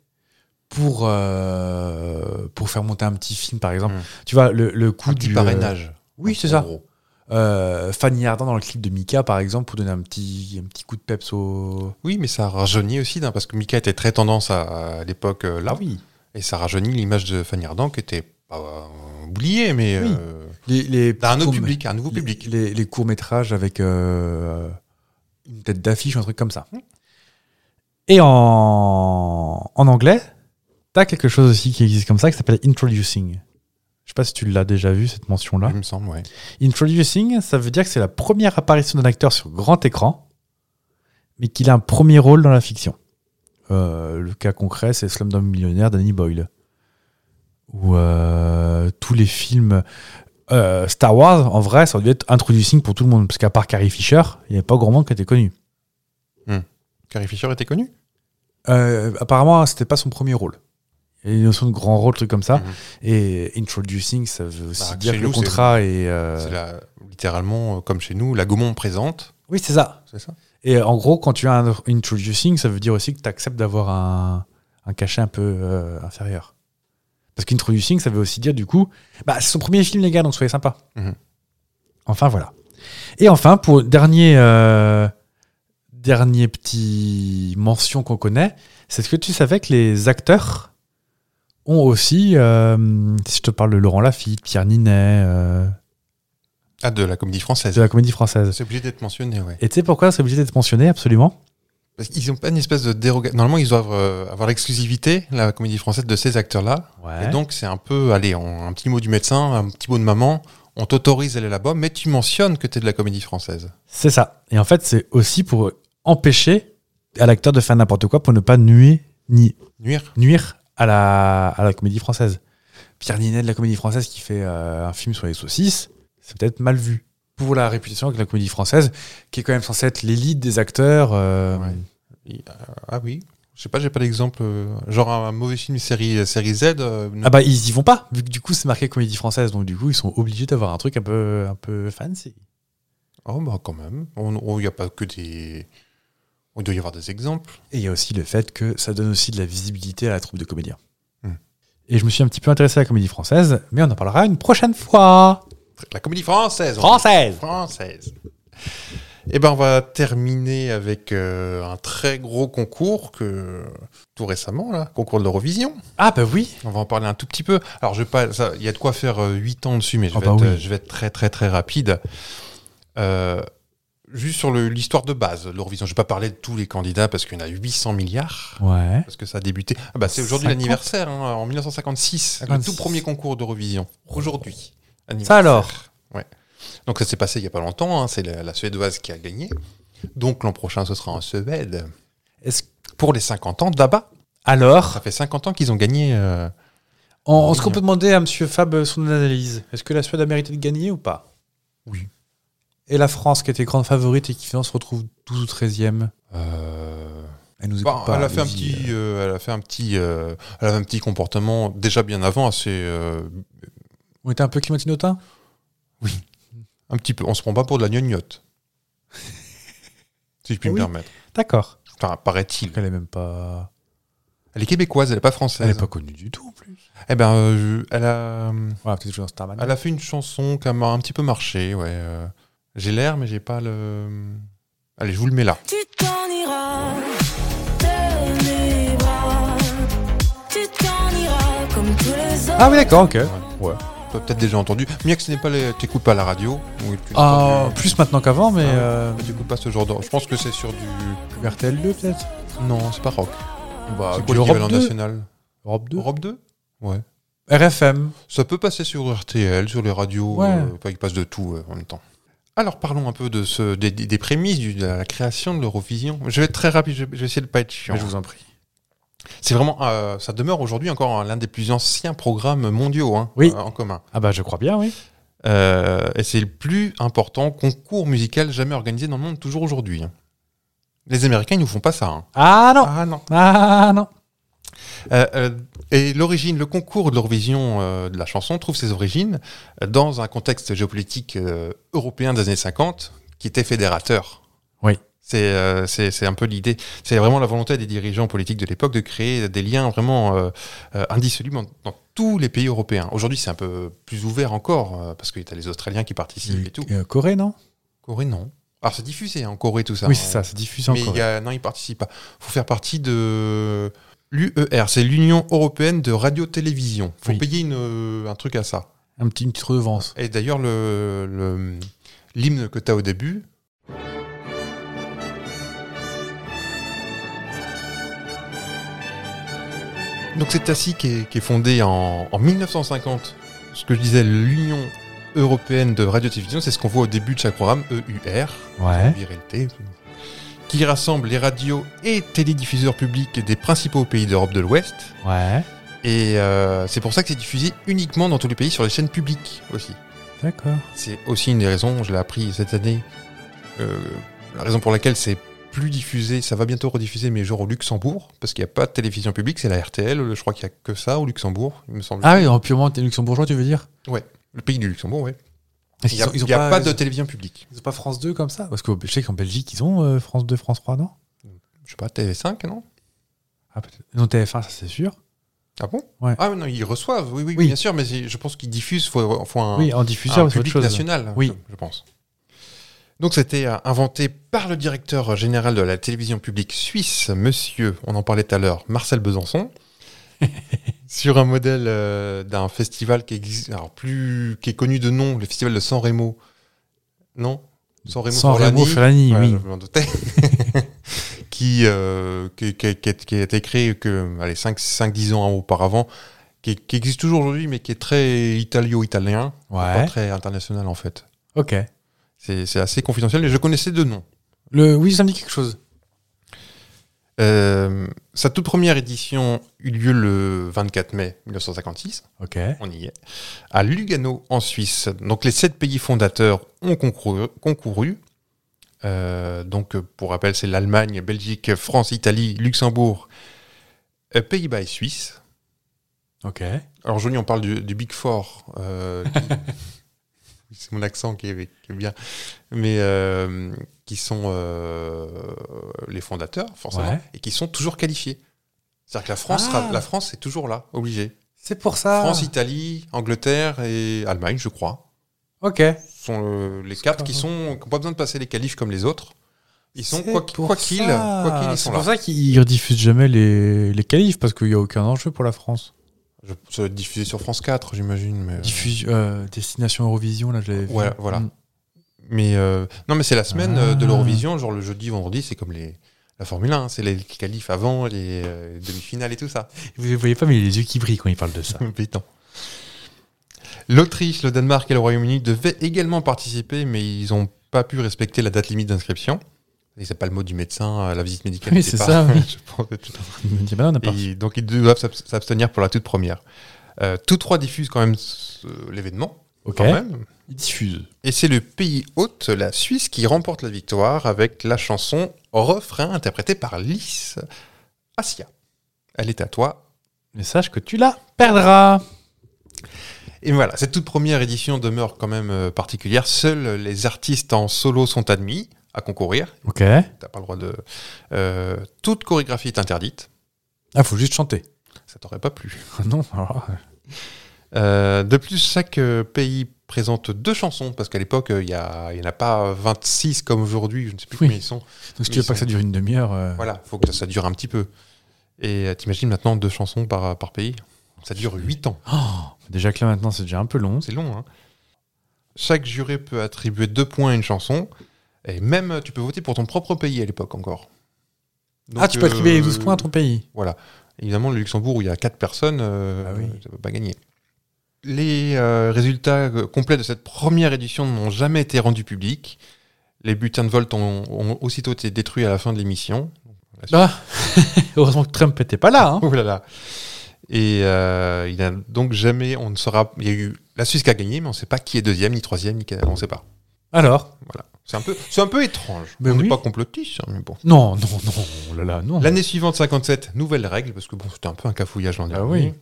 Speaker 1: pour, euh, pour faire monter un petit film, par exemple.
Speaker 2: Mm.
Speaker 1: Tu vois, le, le coup
Speaker 2: Un
Speaker 1: du.
Speaker 2: petit parrainage.
Speaker 1: euh, oui, c'est
Speaker 2: en
Speaker 1: ça.
Speaker 2: gros.
Speaker 1: Euh, Fanny Ardant dans le clip de Mika, par exemple, pour donner un petit, un petit coup de peps au.
Speaker 2: Oui, mais ça rajeunit aussi, hein, parce que Mika était très tendance à, à l'époque euh, là.
Speaker 1: oui.
Speaker 2: Et ça rajeunit l'image de Fanny Ardant, qui était pas euh, oubliée, mais.
Speaker 1: Oui.
Speaker 2: euh,
Speaker 1: Les, les
Speaker 2: d'un autre
Speaker 1: courts-
Speaker 2: public, un nouveau
Speaker 1: les-
Speaker 2: public.
Speaker 1: Les, les courts-métrages avec euh, une tête d'affiche, un truc comme ça. Et en, en anglais, t'as quelque chose aussi qui existe comme ça qui s'appelle introducing. Je sais pas si tu l'as déjà vu, cette mention-là.
Speaker 2: Il me semble, ouais.
Speaker 1: Introducing, ça veut dire que c'est la première apparition d'un acteur sur grand écran, mais qu'il a un premier rôle dans la fiction. Euh, le cas concret, c'est Slumdog Millionnaire d'Annie Boyle. Ou euh, tous les films euh, Star Wars, en vrai, ça aurait dû être introducing pour tout le monde, parce qu'à part Carrie Fisher, il n'y avait pas grand monde qui était connu.
Speaker 2: Carrie Fisher était connu
Speaker 1: Euh, apparemment, c'était pas son premier rôle. Il y a une notion de grand rôle, truc comme ça.
Speaker 2: Mhm.
Speaker 1: Et introducing, ça veut aussi
Speaker 2: Bah,
Speaker 1: dire
Speaker 2: chez
Speaker 1: que le
Speaker 2: nous, c'est-
Speaker 1: contrat est. euh,
Speaker 2: C'est la- littéralement, euh, comme chez nous, la Gaumont présente.
Speaker 1: Oui, c'est ça.
Speaker 2: C'est ça
Speaker 1: Et euh, en gros, quand tu as un introducing, ça veut dire aussi que tu acceptes d'avoir un, un cachet un peu euh, inférieur. Parce qu'introducing, ça veut aussi dire, du coup, bah, c'est son premier film, les gars, donc soyez sympas.
Speaker 2: Mhm.
Speaker 1: Enfin, voilà. Et enfin, pour dernier, euh, dernier petit mention qu'on connaît, c'est ce que tu savais que les acteurs ont aussi, euh, si je te parle de Laurent Lafitte, Pierre Ninet, euh,
Speaker 2: Ah, de la comédie
Speaker 1: de
Speaker 2: française.
Speaker 1: la comédie française.
Speaker 2: C'est obligé d'être mentionné, ouais.
Speaker 1: Et tu sais pourquoi c'est obligé d'être mentionné, absolument
Speaker 2: Parce qu'ils n'ont pas une espèce de dérogation. Normalement, ils doivent euh, avoir l'exclusivité, la comédie française, de ces acteurs-là.
Speaker 1: Ouais.
Speaker 2: Et donc, c'est un peu, allez, on- un petit mot du médecin, un petit mot de maman, on t'autorise à aller là-bas, mais tu mentionnes que t'es de la comédie française.
Speaker 1: C'est ça. Et en fait, c'est aussi pour empêcher à l'acteur de faire n'importe quoi pour ne pas nuer ni
Speaker 2: Nuire
Speaker 1: nuire à la, à la comédie française. Pierre Ninet de la comédie française qui fait euh, un film sur les saucisses, c'est peut-être mal vu pour la réputation que la comédie française, qui est quand même censée être l'élite des acteurs. euh,
Speaker 2: Ouais. Il- euh, Ah oui. Je sais pas, j'ai pas d'exemple. euh, Genre un, un mauvais film série, série Z. euh, non.
Speaker 1: Ah bah ils y vont pas, vu que du coup c'est marqué comédie française, donc du coup ils sont obligés d'avoir un truc un peu, un peu fancy.
Speaker 2: Oh bah quand même. On- on- Il n'y a pas que des. Il doit y avoir des exemples.
Speaker 1: Et il y a aussi le fait que ça donne aussi de la visibilité à la troupe de comédiens.
Speaker 2: Hmm.
Speaker 1: Et je me suis un petit peu intéressé à la comédie française, mais on en parlera une prochaine fois.
Speaker 2: La comédie française. on
Speaker 1: Française
Speaker 2: française. Et ben on va terminer avec euh, un très gros concours que tout récemment là, concours de l'Eurovision.
Speaker 1: Ah bah oui
Speaker 2: On va en parler un tout petit peu. Alors je vais pas, ça, il y a de quoi faire 8 ans dessus, mais je,
Speaker 1: Ah
Speaker 2: vais,
Speaker 1: bah
Speaker 2: être,
Speaker 1: oui.
Speaker 2: euh, je vais être très très très rapide. Euh, juste sur le- l'histoire de base, de l'Eurovision. Je vais pas parler de tous les candidats parce qu'il y en a 800 milliards.
Speaker 1: Ouais.
Speaker 2: Parce que ça a débuté. Ah bah c'est aujourd'hui
Speaker 1: 50.
Speaker 2: l'anniversaire, hein, en 1956, le
Speaker 1: 56.
Speaker 2: tout premier concours d'Eurovision. Aujourd'hui.
Speaker 1: Ça alors
Speaker 2: Donc ça s'est passé il n'y a pas longtemps, hein, c'est la, la Suédoise qui a gagné. Donc l'an prochain, ce sera en Suède.
Speaker 1: Est-ce-
Speaker 2: Pour les 50 ans d'ABBA, ça
Speaker 1: Alors,
Speaker 2: fait 50 ans qu'ils ont gagné. euh,
Speaker 1: on- est-ce qu'on peut demander à Monsieur Fab euh, son analyse Est-ce que la Suède a mérité de gagner ou pas
Speaker 2: Oui.
Speaker 1: Et la France, qui était grande favorite et qui finalement se retrouve 12 ou 13e
Speaker 2: euh,
Speaker 1: Elle nous
Speaker 2: bah,
Speaker 1: écoute pas,
Speaker 2: elle a fait un
Speaker 1: allez-y,
Speaker 2: petit, euh, elle a fait un petit, euh, elle avait un petit comportement déjà bien avant, assez, euh,
Speaker 1: On était un peu climatinotin
Speaker 2: un petit peu. On se prend pas pour de la gnognotte, si je puis
Speaker 1: Ah Oui.
Speaker 2: me permettre.
Speaker 1: D'accord.
Speaker 2: Enfin, paraît-il.
Speaker 1: Elle est même pas.
Speaker 2: Elle est québécoise, elle n'est pas française.
Speaker 1: Elle est pas connue du tout en plus.
Speaker 2: Eh ben, euh, je- elle a. euh,
Speaker 1: Voilà, peut-être jouer dans Starman.
Speaker 2: Elle a fait une chanson qui m'a un petit peu marché, ouais. euh, J'ai l'air, mais j'ai pas le. Allez, je vous le mets là.
Speaker 5: Tu t'en iras de mes bras. Tu t'en iras comme tous les autres.
Speaker 1: Ah oui, d'accord, ok.
Speaker 2: Ouais. T'as peut-être déjà entendu. Mieux que ce n'est pas les. T'écoutes pas la radio. ou tu n'as
Speaker 1: Ah,
Speaker 2: pas du-
Speaker 1: plus maintenant qu'avant, mais.
Speaker 2: Ah ouais.
Speaker 1: euh,
Speaker 2: T'écoutes pas ce genre de. Je pense que c'est sur du.
Speaker 1: RTL2 peut-être
Speaker 2: Non, c'est pas rock. Bah,
Speaker 1: C'est
Speaker 2: quoi
Speaker 1: du
Speaker 2: l'équivalent
Speaker 1: Europe 2?
Speaker 2: national
Speaker 1: Europe 2
Speaker 2: Europe 2 Ouais.
Speaker 1: RFM.
Speaker 2: Ça peut passer sur RTL, sur les radios.
Speaker 1: Ouais.
Speaker 2: euh, enfin, il passe de tout euh, en même temps. Alors parlons un peu de ce, des, des- des prémices du- de la création de l'Eurovision. Je vais être très rapide, je, je vais essayer de pas être chiant.
Speaker 1: en prie.
Speaker 2: C'est vraiment, euh, ça demeure aujourd'hui encore hein, l'un des plus anciens programmes mondiaux hein,
Speaker 1: Oui.
Speaker 2: euh, en commun.
Speaker 1: Ah bah je crois bien, oui.
Speaker 2: Euh, et c'est le plus important concours musical jamais organisé dans le monde, toujours aujourd'hui. hein. Les Américains, ils nous font pas ça. hein.
Speaker 1: Ah non
Speaker 2: Ah non.
Speaker 1: Ah non
Speaker 2: Euh, euh, et l'origine, le concours de l'Eurovision euh, de la chanson trouve ses origines euh, dans un contexte géopolitique euh, européen des années 50 qui était fédérateur.
Speaker 1: Oui.
Speaker 2: C'est euh, c'est- c'est un peu l'idée. C'est vraiment la volonté des dirigeants politiques de l'époque de créer des liens vraiment euh, euh, indissolubles dans, dans tous les pays européens. Aujourd'hui, c'est un peu plus ouvert encore euh, parce que tu as les Australiens qui participent et tout.
Speaker 1: Euh, Corée, non
Speaker 2: Corée, non. Alors, c'est diffusé hein, en Corée, tout ça.
Speaker 1: Oui, c'est ça, c'est diffusé en
Speaker 2: Mais il y
Speaker 1: Corée.
Speaker 2: a, non, il participe pas. faut faire partie de l'UER, c'est l'Union Européenne de Radio-Télévision. faut
Speaker 1: Oui.
Speaker 2: payer une, euh, un truc à ça.
Speaker 1: Un petit, une petite redevance.
Speaker 2: Et d'ailleurs, le, le- l'hymne que tu as au début, Donc c'est TACI qui est, qui est fondée en, en 1950. Ce que je disais, l'Union européenne de radio-télévision, c'est ce qu'on voit au début de chaque programme, E EUR,
Speaker 1: Ouais.
Speaker 2: virilité, qui rassemble les radios et télédiffuseurs publics des principaux pays d'Europe de l'Ouest.
Speaker 1: Ouais.
Speaker 2: Et euh, c'est pour ça que c'est diffusé uniquement dans tous les pays sur les chaînes publiques aussi.
Speaker 1: D'accord.
Speaker 2: C'est aussi une des raisons, je l'ai appris cette année, euh, la raison pour laquelle c'est plus diffusé, ça va bientôt rediffuser, mais genre au Luxembourg, parce qu'il n'y a pas de télévision publique, c'est la RTL, je crois qu'il n'y a que ça au Luxembourg, il me semble.
Speaker 1: Ah oui, en purement t'es luxembourgeois, tu veux dire
Speaker 2: Le pays du Luxembourg, oui.
Speaker 1: Est-ce
Speaker 2: Il n'y
Speaker 1: qu'ils
Speaker 2: a,
Speaker 1: ont- ils ont
Speaker 2: il y a pas, de
Speaker 1: ils ont-
Speaker 2: télévision publique.
Speaker 1: Ils ont pas France 2 comme ça Parce que je sais qu'en Belgique, ils ont euh, France 2, France 3, non
Speaker 2: Je sais pas, TV5, non
Speaker 1: Ah peut-être. Ils ont TF1, ça c'est sûr.
Speaker 2: Ah bon
Speaker 1: Ouais.
Speaker 2: Ah non, ils reçoivent, oui, oui,
Speaker 1: Oui.
Speaker 2: bien sûr, mais c'est- je pense qu'ils diffusent, il faut, faut un,
Speaker 1: oui, en diffuseur,
Speaker 2: un
Speaker 1: c'est autre
Speaker 2: public
Speaker 1: chose.
Speaker 2: national,
Speaker 1: Oui.
Speaker 2: je, je pense. Donc c'était euh, inventé par le directeur général de la télévision publique suisse, monsieur, on en parlait tout à l'heure, Marcel Besançon, sur un modèle euh, d'un festival qui existe, alors plus qui est connu de nom, le festival de San Remo. Non San Remo
Speaker 1: Sans Remo
Speaker 2: Forlani.
Speaker 1: Ferlani,
Speaker 2: Voilà,
Speaker 1: oui.
Speaker 2: je m'en doutais. qui, euh, qui, qui- qui a- qui a été créé que, allez, 5-10 ans auparavant, qui, qui existe toujours aujourd'hui, mais qui est très italo-italien, pas
Speaker 1: Ouais.
Speaker 2: très international en fait.
Speaker 1: Ok.
Speaker 2: C'est c'est assez confidentiel, mais je connaissais deux noms.
Speaker 1: Le... Oui, ça me dit quelque chose.
Speaker 2: Euh, sa toute première édition eut lieu le 24 mai 1956.
Speaker 1: Ok.
Speaker 2: On y est. À Lugano, en Suisse. Donc, les sept pays fondateurs ont concouru. concouru. Euh, donc, euh, pour rappel, c'est l'Allemagne, Belgique, France, Italie, Luxembourg, euh, Pays-Bas et Suisse.
Speaker 1: Ok.
Speaker 2: Alors, aujourd'hui, on parle du, du Big Four. euh, qui- c'est mon accent qui est, qui est bien. Mais euh, qui sont euh, les fondateurs, forcément,
Speaker 1: Ouais.
Speaker 2: et qui sont toujours qualifiés. C'est-à-dire que la France,
Speaker 1: Ah.
Speaker 2: sera- la France est toujours là, obligée.
Speaker 1: C'est pour ça.
Speaker 2: France, Italie, Angleterre et Allemagne, je crois.
Speaker 1: Ok.
Speaker 2: Ce sont euh, les quatre qui sont qui n'ont pas besoin de passer les qualifs comme les autres. Ils sont
Speaker 1: C'est
Speaker 2: quoi qu'il
Speaker 1: pour
Speaker 2: quoi qu'il
Speaker 1: ça.
Speaker 2: quoi qu'il, ils
Speaker 1: C'est
Speaker 2: sont
Speaker 1: pour
Speaker 2: là.
Speaker 1: ça qu'ils rediffusent jamais les, les qualifs parce qu'il n'y a aucun enjeu pour la France.
Speaker 2: Je, ça va être diffusé sur France 4, j'imagine. Mais, euh,
Speaker 1: Diffuse, euh, Destination Eurovision, là, je l'avais vu.
Speaker 2: Ouais, voilà.
Speaker 1: Mm.
Speaker 2: mais euh, non, mais c'est la semaine
Speaker 1: Ah.
Speaker 2: euh, de l'Eurovision, genre le jeudi, vendredi, c'est comme les la Formule 1, hein, c'est les qualifs avant, les euh, demi-finales et tout ça.
Speaker 1: Vous ne voyez pas, mais il a les yeux qui brillent quand il parle de ça.
Speaker 2: Pétant. L'Autriche, le Danemark et le Royaume-Uni devaient également participer, mais ils n'ont pas pu respecter la date limite d'inscription. Et C'est pas le mot du médecin, euh, la visite médicale.
Speaker 1: Oui,
Speaker 2: n'était
Speaker 1: c'est
Speaker 2: pas-
Speaker 1: ça, oui.
Speaker 2: je pense que tout-
Speaker 1: Il me dit, bah non, on n'a pas
Speaker 2: Et donc ils doivent s'abs- s'abstenir pour la toute première. Euh, tous trois diffusent quand même ce- l'événement,
Speaker 1: Ok.
Speaker 2: quand même.
Speaker 1: Il diffuse.
Speaker 2: Et c'est le pays hôte, la Suisse, qui remporte la victoire avec la chanson Refrain interprétée par Lys Asia. Elle est à toi,
Speaker 1: Mais sache que tu la perdras.
Speaker 2: Et voilà, cette toute première édition demeure quand même euh, particulière. Seuls les artistes en solo sont admis à concourir.
Speaker 1: Ok. Ah,
Speaker 2: T'as pas le droit de. euh, toute chorégraphie est interdite.
Speaker 1: faut juste chanter.
Speaker 2: Ça t'aurait pas plu.
Speaker 1: Ah non, alors, euh,
Speaker 2: Euh, de plus, chaque euh, pays présente deux chansons, parce qu'à l'époque, euh, il n'y en a pas 26 comme aujourd'hui, je ne sais plus
Speaker 1: Oui.
Speaker 2: combien ils sont.
Speaker 1: donc si tu veux pas que ça dure une demi-heure. euh,
Speaker 2: Voilà, il faut que ça, ça dure un petit peu. Et euh, t'imagines maintenant deux chansons par, par pays Ça dure 8 ans.
Speaker 1: oh, déjà que là maintenant c'est déjà un peu long.
Speaker 2: C'est long, hein. Chaque juré peut attribuer deux points à une chanson. Et même, tu peux voter pour ton propre pays à l'époque encore.
Speaker 1: ah, tu peux
Speaker 2: Donc,
Speaker 1: attribuer les
Speaker 2: euh,
Speaker 1: 12 points à ton pays.
Speaker 2: Évidemment, le Luxembourg, où il y a quatre personnes, euh,
Speaker 1: Ah oui.
Speaker 2: ça ne peut pas gagner. Les euh, résultats euh, complets de cette première édition n'ont jamais été rendus publics. Les bulletins de vote ont, ont aussitôt été détruits à la fin de l'émission.
Speaker 1: Ah, heureusement que Trump était pas là. hein.
Speaker 2: Oh là là. Et euh, il n'a donc jamais, on ne saura, il y a eu la Suisse qui a gagné, mais on ne sait pas qui est deuxième, ni troisième, ni quat- on ne sait pas.
Speaker 1: Alors
Speaker 2: Voilà. C'est un peu, c'est un peu étrange.
Speaker 1: Mais
Speaker 2: on n'est
Speaker 1: oui.
Speaker 2: pas complotiste, hein, mais bon.
Speaker 1: Non, non, non. oh là là, non.
Speaker 2: L'année suivante, 57, nouvelle règle, parce que bon, c'était un peu un cafouillage l'an
Speaker 1: Ah
Speaker 2: dernier.
Speaker 1: oui.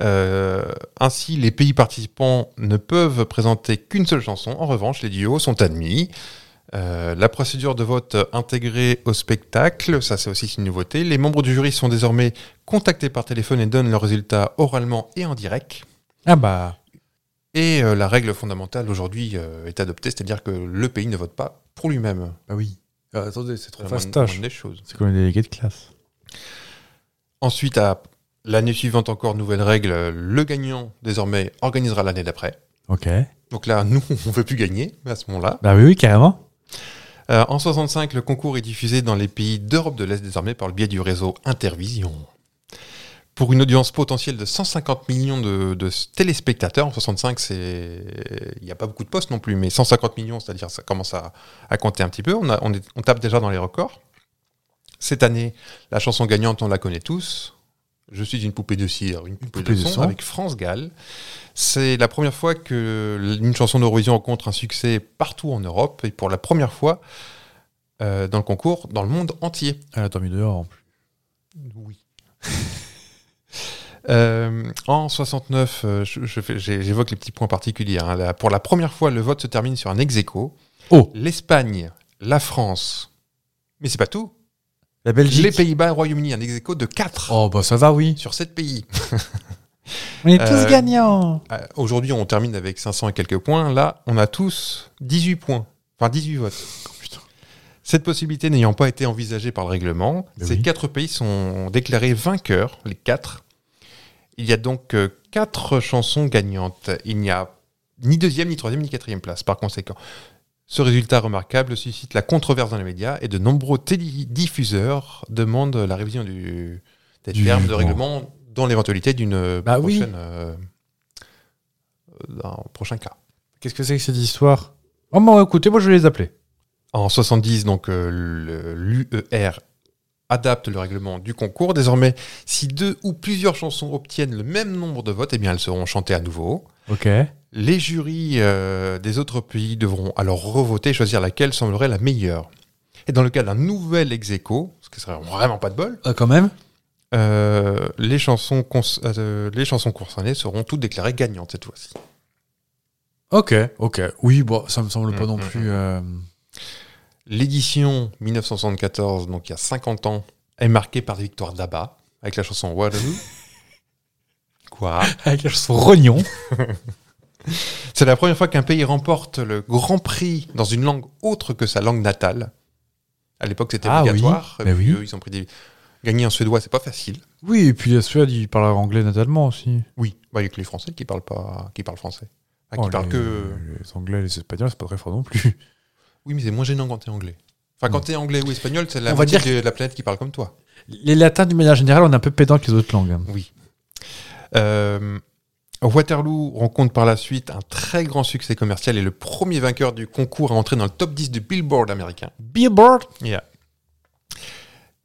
Speaker 2: Euh, ainsi, les pays participants ne peuvent présenter qu'une seule chanson. En revanche, les duos sont admis. Euh, la procédure de vote intégrée au spectacle, ça c'est aussi une nouveauté. Les membres du jury sont désormais contactés par téléphone et donnent leurs résultats oralement et en direct.
Speaker 1: Ah bah.
Speaker 2: Et euh, la règle fondamentale aujourd'hui euh, est adoptée, c'est-à-dire que le pays ne vote pas pour lui-même.
Speaker 1: Bah oui.
Speaker 2: Ah,
Speaker 1: attendez, c'est trop
Speaker 2: La moindre-
Speaker 1: fastoche.
Speaker 2: moindre des choses.
Speaker 1: C'est comme un délégué de classe.
Speaker 2: Ensuite, à l'année suivante, encore nouvelle règle, euh, le gagnant désormais organisera l'année d'après.
Speaker 1: Ok.
Speaker 2: Donc là, nous, on ne veut plus gagner à ce moment-là.
Speaker 1: Bah oui, oui, carrément.
Speaker 2: Euh, en 65, le concours est diffusé dans les pays d'Europe de l'Est désormais par le biais du réseau Intervision. Pour une audience potentielle de 150 millions de, de téléspectateurs, en 65, c'est, il n'y a pas beaucoup de postes non plus, mais 150 millions, c'est-à-dire ça commence à, à compter un petit peu. On, a- on est- on tape déjà dans les records. Cette année, la chanson gagnante, on la connaît tous. Je suis une poupée de cire, une poupée, de, son, avec France Gall. C'est la première fois que l- une chanson d'Eurovision rencontre un succès partout en Europe et pour la première fois euh, dans le concours dans le monde entier.
Speaker 1: Elle a dormi Ah, dehors en plus.
Speaker 2: Oui. Euh, en 69, euh, je- je fais- j'ai- j'évoque les petits points particuliers. hein. La- pour la première fois, le vote se termine sur un ex aequo.
Speaker 1: Oh.
Speaker 2: L'Espagne, la France, mais c'est pas tout.
Speaker 1: La Belgique.
Speaker 2: Les Pays-Bas, le Royaume-Uni, un ex aequo de 4
Speaker 1: Oh bah ça va, oui.
Speaker 2: sur 7 pays.
Speaker 1: On est
Speaker 2: Euh,
Speaker 1: tous gagnants.
Speaker 2: Euh, Aujourd'hui, on termine avec 500 et quelques points. Là, on a tous 18 points. Enfin, 18 votes.
Speaker 1: Oh,
Speaker 2: Cette possibilité n'ayant pas été envisagée par le règlement,
Speaker 1: Mais
Speaker 2: ces
Speaker 1: Ben oui.
Speaker 2: quatre pays sont déclarés vainqueurs, les quatre. Il y a donc euh, quatre chansons gagnantes. Il n'y a ni deuxième, ni troisième, ni quatrième place, par conséquent. Ce résultat remarquable suscite la controverse dans les médias et de nombreux télédiffuseurs demandent la révision du, des
Speaker 1: Du
Speaker 2: termes de
Speaker 1: règlement.
Speaker 2: règlement dans l'éventualité d'une
Speaker 1: Bah oui.
Speaker 2: prochaine, euh, d'un prochain cas.
Speaker 1: Qu'est-ce que c'est que cette histoire Oh bah écoutez, moi je vais les appeler.
Speaker 2: En 70, donc euh, le- l'UER E adapte le règlement du concours. Désormais, si deux ou plusieurs chansons obtiennent le même nombre de votes, eh bien, elles seront chantées à nouveau.
Speaker 1: Ok.
Speaker 2: Les jurys euh, des autres pays devront alors revoter et choisir laquelle semblerait la meilleure. Et dans le cas d'un nouvel ex aequo, ce qui serait vraiment pas de bol,
Speaker 1: Ah, quand même
Speaker 2: euh, les, chansons cons- euh, les chansons concernées seront toutes déclarées gagnantes cette fois-ci.
Speaker 1: Ok, ok. Oui, bon, ça me semble pas
Speaker 2: Mm,
Speaker 1: non
Speaker 2: mm,
Speaker 1: plus. euh,
Speaker 2: L'édition 1974, donc il y a 50 ans, est marquée par des victoires d'Abba, avec la chanson Waterloo. Quoi
Speaker 1: Avec la chanson Rognon.
Speaker 2: C'est la première fois qu'un pays remporte le Grand Prix dans une langue autre que sa langue natale. À l'époque, c'était
Speaker 1: Ah oui,
Speaker 2: obligatoire. et
Speaker 1: bah
Speaker 2: puis
Speaker 1: oui.
Speaker 2: eux, ils ont pris des... Gagner en suédois, c'est pas facile.
Speaker 1: Oui, et puis la Suède, il parle anglais natalement aussi.
Speaker 2: Oui, bah, il y a que les Français qui parlent pas, qui parlent français, Ah, qui
Speaker 1: Oh,
Speaker 2: parlent
Speaker 1: les-
Speaker 2: que.
Speaker 1: Les Anglais, les Espagnols, c'est pas très fort non plus.
Speaker 2: Oui, mais c'est moins gênant quand t'es anglais. Enfin, quand t'es anglais ou espagnol, c'est la
Speaker 1: On va
Speaker 2: moitié
Speaker 1: dire
Speaker 2: de la planète qui parle comme toi.
Speaker 1: Les latins, d'une manière générale, on est un peu pédant que les autres langues. hein.
Speaker 2: Oui. Euh, Waterloo rencontre par la suite un très grand succès commercial et le premier vainqueur du concours à entrer dans le top 10 du Billboard américain.
Speaker 1: Billboard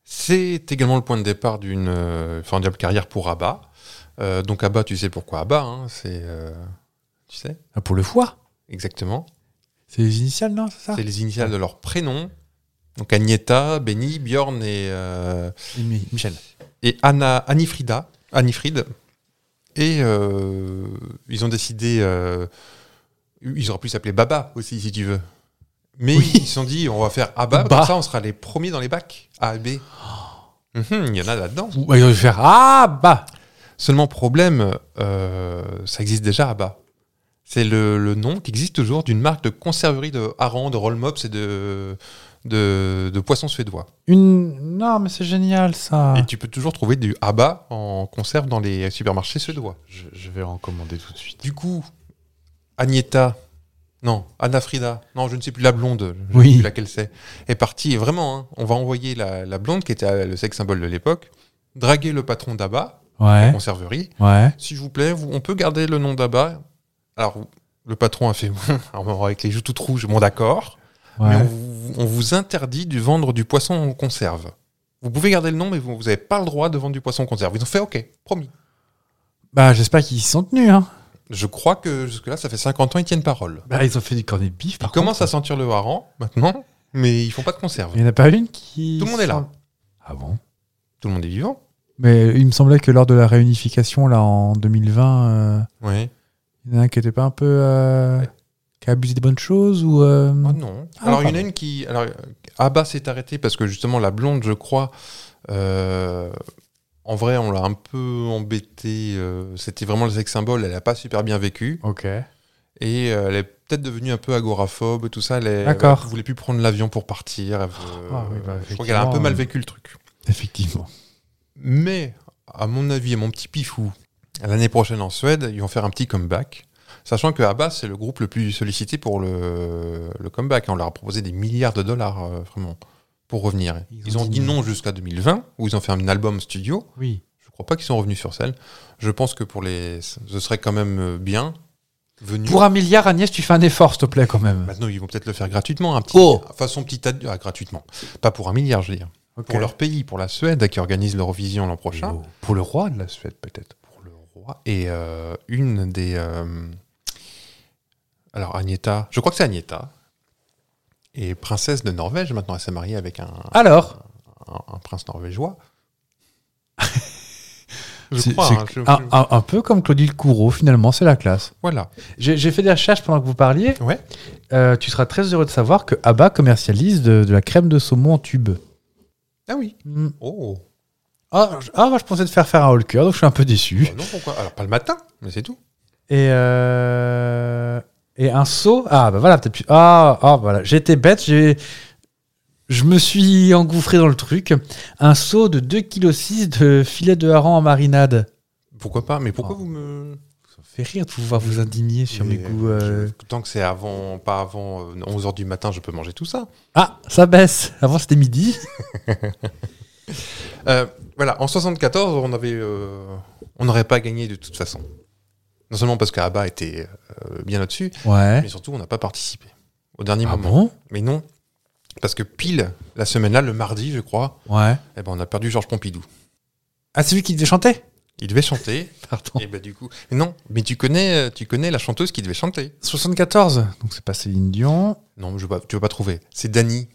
Speaker 2: C'est également le point de départ d'une euh, formidable carrière pour Abba. Euh, donc Abba, tu sais pourquoi Abba, hein, c'est... euh, tu sais
Speaker 1: Ah, Pour le foie
Speaker 2: Exactement.
Speaker 1: C'est les initiales, non C'est ça
Speaker 2: C'est les initiales de leur prénom. Donc Agneta, Benny, Bjorn et, euh,
Speaker 1: Et Mi- Michel.
Speaker 2: et Anna, Anifrida, Anifrid. Et euh, ils ont décidé... euh, ils auraient pu s'appeler Baba aussi, si tu veux. Mais
Speaker 1: Oui.
Speaker 2: ils se sont dit, on va faire Abba,
Speaker 1: Bah.
Speaker 2: comme ça on sera les premiers dans les bacs. A, B. Mhm, Il y en a là-dedans.
Speaker 1: Ou- bah, ils ont dû faire Ah bah
Speaker 2: Seulement problème, euh, ça existe déjà à bas. C'est le, le nom qui existe toujours d'une marque de conserverie de harengs, de roll mops et de, de, de poissons suédois.
Speaker 1: Une. Non, mais c'est génial ça.
Speaker 2: Et tu peux toujours trouver du Abba en conserve dans les supermarchés suédois.
Speaker 1: Je, vais en commander tout de suite.
Speaker 2: Du coup, Agneta, non, Anna Frida, non, je ne sais plus la blonde, je ne
Speaker 1: Oui.
Speaker 2: sais plus laquelle c'est, est partie. Et vraiment, hein, on va envoyer la, la blonde qui était euh, le sexe symbole de l'époque, draguer le patron d'Abba,
Speaker 1: Ouais,
Speaker 2: conserverie,
Speaker 1: ouais.
Speaker 2: s'il vous plaît, vous- on peut garder le nom d'Abba. Alors, le patron a fait, Alors, avec les joues toutes rouges, bon d'accord, mais on
Speaker 1: ouais.
Speaker 2: vous, on vous interdit de vendre du poisson en conserve. Vous pouvez garder le nom, mais vous n'avez pas le droit de vendre du poisson en conserve. Ils ont fait, ok, promis.
Speaker 1: Bah, j'espère qu'ils s'y sont tenus. Hein.
Speaker 2: Je crois que jusque-là, ça fait 50 ans, ils tiennent parole.
Speaker 1: Bah, ils ont fait du cornet de bif
Speaker 2: Ils
Speaker 1: par
Speaker 2: commencent à
Speaker 1: contre.
Speaker 2: sentir le hareng, maintenant, mais ils font pas de conserve.
Speaker 1: Il n'y en a pas une qui.
Speaker 2: Tout le monde est là.
Speaker 1: Ah bon
Speaker 2: Tout le monde est vivant.
Speaker 1: Mais il me semblait que lors de la réunification, là, en 2020, euh,
Speaker 2: Oui.
Speaker 1: il y en a un qui était pas un peu. euh, qui a abusé des bonnes choses ou. euh,
Speaker 2: Ah non.
Speaker 1: Ah,
Speaker 2: alors, il y en a
Speaker 1: pardon.
Speaker 2: une qui. Alors, euh, Abba s'est arrêté parce que justement, la blonde, je crois. euh, en vrai, on l'a un peu embêtée. euh, C'était vraiment le sexe symbole. Elle n'a pas super bien vécu.
Speaker 1: Oh, Ok.
Speaker 2: Et euh, elle est peut-être devenue un peu agoraphobe, tout ça. Elle, est-
Speaker 1: D'accord.
Speaker 2: elle voulait plus prendre l'avion pour partir. elle veut-
Speaker 1: Ah oui, bah,
Speaker 2: je crois qu'elle a un peu
Speaker 1: effectivement,
Speaker 2: mal
Speaker 1: euh.
Speaker 2: vécu le truc.
Speaker 1: Effectivement.
Speaker 2: Mais, à mon avis, à mon petit pifou, l'année prochaine en Suède, ils vont faire un petit comeback. Sachant que ABBA, c'est le groupe le plus sollicité pour le, le comeback. On leur a proposé des milliards de dollars, euh, vraiment, pour revenir. Ils, ont, dit non jusqu'à 2020, où ils ont fait un album studio.
Speaker 1: Oui.
Speaker 2: Je crois pas qu'ils sont revenus sur scène. Je pense que pour les. Ce serait quand même euh, bien venu.
Speaker 1: Pour un milliard, Agnès, tu fais un effort, s'il te plaît, quand même.
Speaker 2: Maintenant, ils vont peut-être le faire gratuitement. Un petit,
Speaker 1: Oh
Speaker 2: façon petit ad- ah, gratuitement. Pas pour un milliard, je veux dire.
Speaker 1: Ok.
Speaker 2: Pour leur pays, pour la Suède, qui organise l'Eurovision l'an prochain
Speaker 1: Oh. Pour le roi de la
Speaker 2: peut-être, peut-être pour le roi. Et euh, une des. euh, alors, Agneta, je crois que c'est Agneta, et princesse de Norvège maintenant. Elle s'est mariée avec un,
Speaker 1: Alors
Speaker 2: un- un prince norvégeois. je
Speaker 1: C'est-
Speaker 2: crois.
Speaker 1: c'est ah.
Speaker 2: hein, je-
Speaker 1: un,
Speaker 2: je-
Speaker 1: un- un peu comme Claudie Le Courreau, finalement, c'est la classe.
Speaker 2: Voilà.
Speaker 1: J'ai j'ai fait des recherches pendant que vous parliez.
Speaker 2: Ouais.
Speaker 1: Euh, tu seras très heureux de savoir que Abba commercialise de, de la crème de saumon en tube.
Speaker 2: Ah oui.
Speaker 1: Hmm.
Speaker 2: Oh.
Speaker 1: Ah, je- ah, moi, je pensais te faire faire un haut cœur, donc je suis un peu déçu.
Speaker 2: Bah non, pourquoi Alors, pas le matin, mais c'est tout.
Speaker 1: Et, euh, et un seau. Ah, bah voilà, peut-être plus. Ah, ah, voilà. J'étais bête, j'ai. Je me suis engouffré dans le truc. Un seau de 2,6 kg de filet de hareng en marinade.
Speaker 2: Pourquoi pas Mais pourquoi
Speaker 1: Oh.
Speaker 2: vous me.
Speaker 1: Ça me fait rire de pouvoir vous indigner sur mes
Speaker 2: Mais,
Speaker 1: goûts. euh,
Speaker 2: je- Tant que c'est avant, pas avant 11h du matin, je peux manger tout ça.
Speaker 1: Ah, ça baisse. Avant, c'était midi.
Speaker 2: Euh, voilà, en 74, on avait, euh, on n'aurait pas gagné de toute façon. Non seulement parce qu'Abba était euh, bien au-dessus,
Speaker 1: Ouais.
Speaker 2: mais surtout on n'a pas participé au dernier
Speaker 1: Ah
Speaker 2: moment.
Speaker 1: bon
Speaker 2: mais non, Parce que pile, la semaine-là, le mardi, je crois,
Speaker 1: Ouais.
Speaker 2: eh ben, on a perdu Georges Pompidou.
Speaker 1: Ah, c'est lui qui chantait
Speaker 2: Il devait chanter.
Speaker 1: Pardon.
Speaker 2: et ben, du coup. Non, mais tu connais, euh, tu connais la chanteuse qui devait chanter.
Speaker 1: 74, donc c'est pas Céline Dion.
Speaker 2: Non, je veux pas- tu vas pas trouver. C'est Dany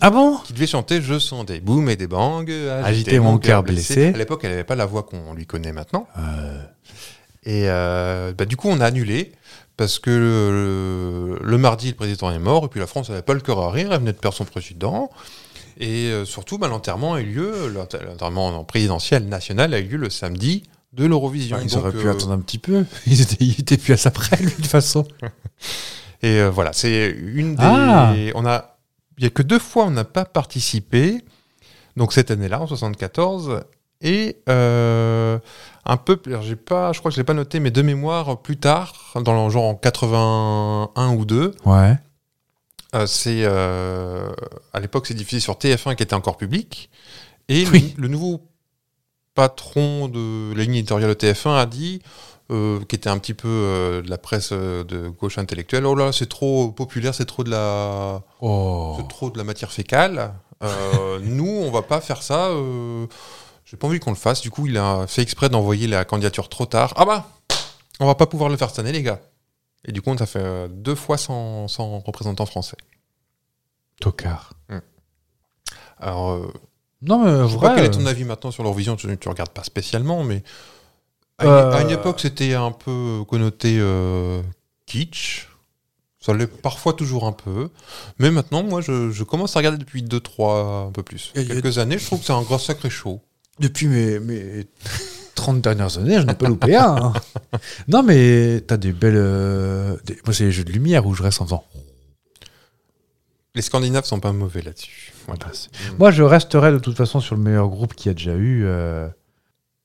Speaker 1: Ah bon
Speaker 2: qui devait chanter Je sens des booms et des bangs, euh, agiter,
Speaker 1: Agiter mon cœur blessé. Euh.
Speaker 2: À l'époque, elle n'avait pas la voix qu'on lui connaît maintenant. Et euh, bah, du coup, on a annulé parce que euh, le, mardi, le président est mort, et puis la France n'avait pas le cœur à rire, elle venait de perdre son président. Et euh, surtout, bah, l'enterrement a eu lieu, l'enterre- l'enterrement présidentiel national a eu lieu le samedi de l'Eurovision.
Speaker 1: Ah, Ils
Speaker 2: Donc,
Speaker 1: auraient pu
Speaker 2: euh,
Speaker 1: attendre un petit peu. Ils étaient, ils étaient plus à sa près, lui, de toute façon.
Speaker 2: Et euh, voilà, c'est une des.
Speaker 1: Ah.
Speaker 2: On a, il y a que deux fois on n'a pas participé. Donc cette année-là, en 74, et euh, un peu, alors, j'ai pas, je crois que je l'ai pas noté, mais de mémoire plus tard, dans le genre en 81 ou 2,
Speaker 1: Ouais.
Speaker 2: euh, c'est euh, à l'époque c'est diffusé sur TF1 qui était encore public, et le-
Speaker 1: Oui.
Speaker 2: le, nouveau patron de la ligne éditoriale de TF1 a dit. euh, qui était un petit peu euh, de la presse euh, de gauche intellectuelle. Oh là, c'est trop populaire, c'est trop de la,
Speaker 1: Oh.
Speaker 2: c'est trop de la matière fécale. Euh, nous, on va pas faire ça. euh, J'ai pas envie qu'on le fasse. Du coup, il a fait exprès d'envoyer la candidature trop tard. Ah bah, on va pas pouvoir le faire cette année, les gars. Et du coup, on a fait euh, deux fois sans, sans représentant français.
Speaker 1: Tocard.
Speaker 2: Alors, euh,
Speaker 1: Non, mais
Speaker 2: je sais pas
Speaker 1: vrai,
Speaker 2: quel est
Speaker 1: euh,
Speaker 2: ton avis maintenant sur l'Eurovision. Tu, tu regardes pas spécialement, mais à,
Speaker 1: Euh.
Speaker 2: une, à une époque, c'était un peu connoté euh, kitsch. Ça l'est parfois toujours un peu. Mais maintenant, moi, je, je commence à regarder depuis 2-3, un peu plus.
Speaker 1: Et- et-
Speaker 2: Quelques années, je trouve que c'est un grand sacré show.
Speaker 1: Depuis mes, mes 30 dernières années, je n'ai pas loupé un. hein. Non, mais t'as des belles. euh, des- Moi, c'est les jeux de lumière où je reste en faisant.
Speaker 2: Les Scandinaves sont pas mauvais là-dessus. Voilà.
Speaker 1: Moi, je resterai de toute façon sur le meilleur groupe qu'il y a déjà eu. euh,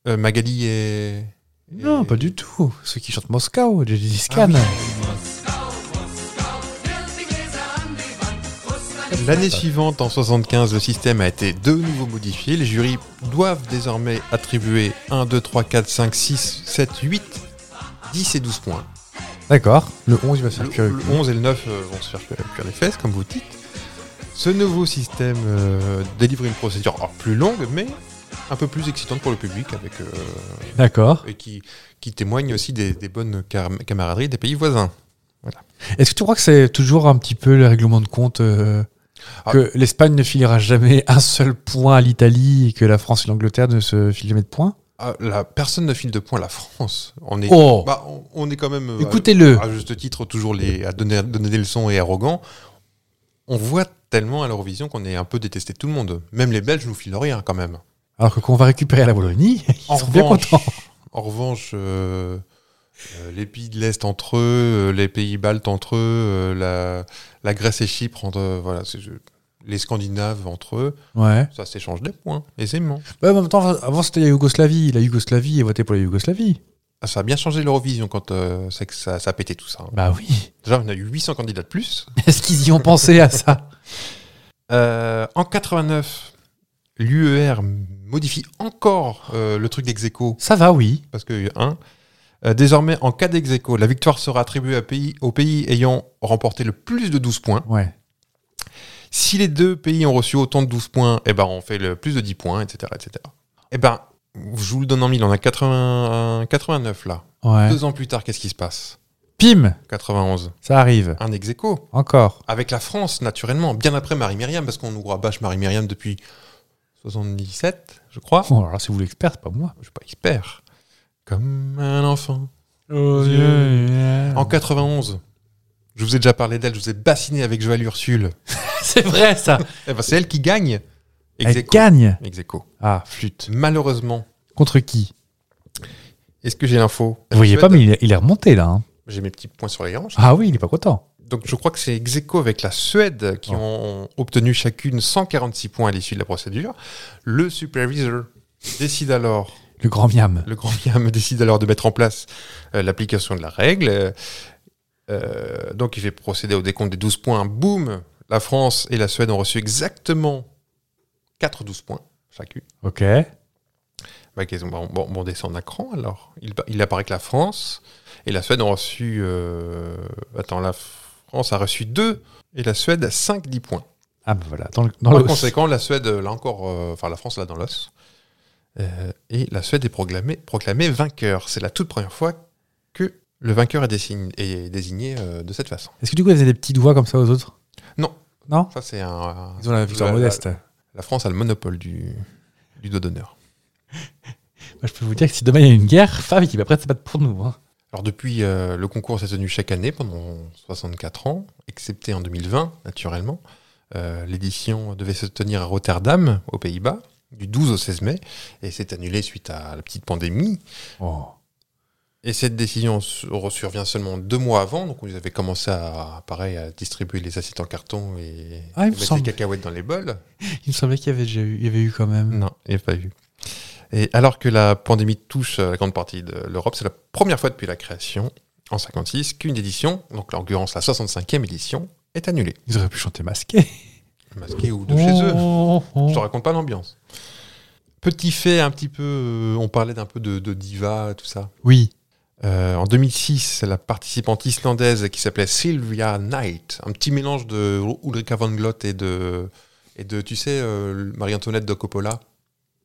Speaker 2: Euh, Magali et...
Speaker 1: Non, pas du tout. Ceux qui chantent Moscou, Gigi Scan.
Speaker 2: L'année suivante, en 75, le système a été de nouveau modifié. Les jurys doivent désormais attribuer 1, 2, 3, 4, 5, 6, 7, 8, 10 et 12 points.
Speaker 1: D'accord. Le 11, il va se
Speaker 2: Le,
Speaker 1: faire cuire.
Speaker 2: le 11 et le 9 euh, vont se faire cuire cuire les fesses, comme vous dites. Ce nouveau système euh, délivre une procédure alors, plus longue, mais un peu plus excitante pour le public, avec, euh,
Speaker 1: D'accord.
Speaker 2: et qui, qui témoigne aussi des, des bonnes cam- camaraderies des pays voisins.
Speaker 1: Est-ce que tu crois que c'est toujours un petit peu le règlement de compte euh,
Speaker 2: Ah.
Speaker 1: que l'Espagne ne filera jamais un seul point à l'Italie et que la France et l'Angleterre ne se filent jamais de points
Speaker 2: Ah, la personne ne file de points la France. On est,
Speaker 1: Oh
Speaker 2: bah, on, on est quand même. euh,
Speaker 1: Écoutez-le
Speaker 2: à, à juste titre toujours les à donner, donner des leçons et arrogant. On voit tellement à l'Eurovision qu'on est un peu détesté de tout le monde. Même les Belges nous filent rien quand même.
Speaker 1: Alors que quand on va récupérer la Wallonie, ils
Speaker 2: En
Speaker 1: sont bien
Speaker 2: revanche-
Speaker 1: contents.
Speaker 2: En revanche, euh, euh, les pays de l'Est entre eux, euh, les pays baltes entre eux, euh, la, la Grèce et Chypre entre euh, voilà, c'est- je- les Scandinaves entre eux,
Speaker 1: Ouais.
Speaker 2: ça s'échange des points aisément.
Speaker 1: Bah, en même temps, avant c'était la Yougoslavie. La Yougoslavie est votée pour la Yougoslavie.
Speaker 2: Ah, ça a bien changé l'Eurovision quand euh, c'est que ça, ça a pété tout ça. hein.
Speaker 1: Bah oui.
Speaker 2: Déjà, on a eu 800 candidats de plus.
Speaker 1: Est-ce qu'ils y ont pensé à ça
Speaker 2: Euh, en 89, l'UER modifie encore euh, le truc d'ex aequo,
Speaker 1: Ça va, oui.
Speaker 2: parce que hein, euh, désormais, en cas d'ex aequo, la victoire sera attribuée à pays, au pays ayant remporté le plus de 12 points.
Speaker 1: Ouais.
Speaker 2: Si les deux pays ont reçu autant de 12 points, eh ben, on fait le plus de 10 points, etc. etc. Eh ben, je vous le donne en mille, on a 80 89 là.
Speaker 1: Ouais.
Speaker 2: Deux ans plus tard, qu'est-ce qui se passe
Speaker 1: Pim
Speaker 2: 91,
Speaker 1: Ça arrive.
Speaker 2: un ex aequo.
Speaker 1: Encore.
Speaker 2: avec la France, naturellement, bien après Marie-Myriam, parce qu'on nous rabâche Marie-Myriam depuis 77, je crois.
Speaker 1: Bon, Oh, alors là, c'est vous l'expert, c'est pas moi.
Speaker 2: Je suis pas expert. Comme un enfant. En
Speaker 1: En-
Speaker 2: 91, je vous ai déjà parlé d'elle, je vous ai bassiné avec Joël Ursule.
Speaker 1: c'est vrai, ça.
Speaker 2: Eh ben, c'est elle qui gagne. Ex
Speaker 1: Elle
Speaker 2: aequo.
Speaker 1: gagne.
Speaker 2: Ex aequo.
Speaker 1: Ah, flûte.
Speaker 2: Malheureusement,
Speaker 1: Contre qui
Speaker 2: est-ce que j'ai l'info
Speaker 1: Vous voyez
Speaker 2: Je
Speaker 1: pas,
Speaker 2: vais-
Speaker 1: mais il est, il est remonté là. hein.
Speaker 2: J'ai mes petits points sur les hanches.
Speaker 1: Ah oui, il est pas content.
Speaker 2: Donc je crois que c'est ex aequo avec la Suède qui
Speaker 1: Oh.
Speaker 2: ont obtenu chacune 146 points à l'issue de la procédure. Le supervisor décide alors
Speaker 1: Le grand miam.
Speaker 2: Le grand Miam décide alors de mettre en place euh, l'application de la règle. Euh, euh, donc il fait procéder au décompte des 12 points. Boum La France et la Suède ont reçu exactement 4 12 points chacune.
Speaker 1: Ok. Ah,
Speaker 2: Bah, qu'est-ce- bon, bon, bon, on descend d'un cran alors. Il, pa- il apparaît que la France et la Suède ont reçu... euh, attends, la France a reçu 2 et la Suède 5 10 points.
Speaker 1: Ah bah voilà, dans le, dans
Speaker 2: Par
Speaker 1: l'os.
Speaker 2: conséquent, la Suède, euh, là encore, euh, enfin la France, là dans l'os. Euh, et la Suède est proclamée, proclamée vainqueur. C'est la toute première fois que le vainqueur est désigné, est désigné euh, de cette façon.
Speaker 1: Est-ce que du coup, elle faisait des petits doigts comme ça aux autres Bah,
Speaker 2: Non.
Speaker 1: Non
Speaker 2: Ça, c'est un.
Speaker 1: Ils ont la victoire
Speaker 2: la-
Speaker 1: modeste.
Speaker 2: La France a le monopole du, du doigt d'honneur.
Speaker 1: Moi, bah, je peux vous dire que si demain il y a une guerre, Fab qui va prête, c'est pas pour nous. hein.
Speaker 2: Alors depuis, euh, le concours s'est tenu chaque année pendant 64 ans, excepté en 2020, naturellement. Euh, L'édition devait se tenir à Rotterdam, aux Pays-Bas, du 12 au 16 mai, et s'est annulée suite à la petite pandémie. Oh. Et cette décision sur- survient seulement deux mois avant, donc ils avaient commencé à, pareil, à distribuer les assiettes en carton et
Speaker 1: Ah, il me
Speaker 2: mettre
Speaker 1: semble.
Speaker 2: les cacahuètes dans les bols.
Speaker 1: Il me semblait qu'il y avait déjà eu, il y avait eu quand même.
Speaker 2: Non, il n'y a pas eu. Et alors que la pandémie touche euh, la grande partie de l'Europe, c'est la première fois depuis la création, en 56, qu'une édition, donc en l'occurrence la 65e édition, est annulée. Oh.
Speaker 1: Ils auraient pu chanter masqué. Oh,
Speaker 2: Masquée ou de chez eux. Je te raconte pas l'ambiance. Petit fait un petit peu, euh, on parlait d'un peu de, de diva, tout ça.
Speaker 1: Oui.
Speaker 2: Euh, en 2006, la participante islandaise qui s'appelait Sylvia Knight, un petit mélange de Ulrika von Glott et de, et de tu sais, euh, Marie-Antoinette de Coppola.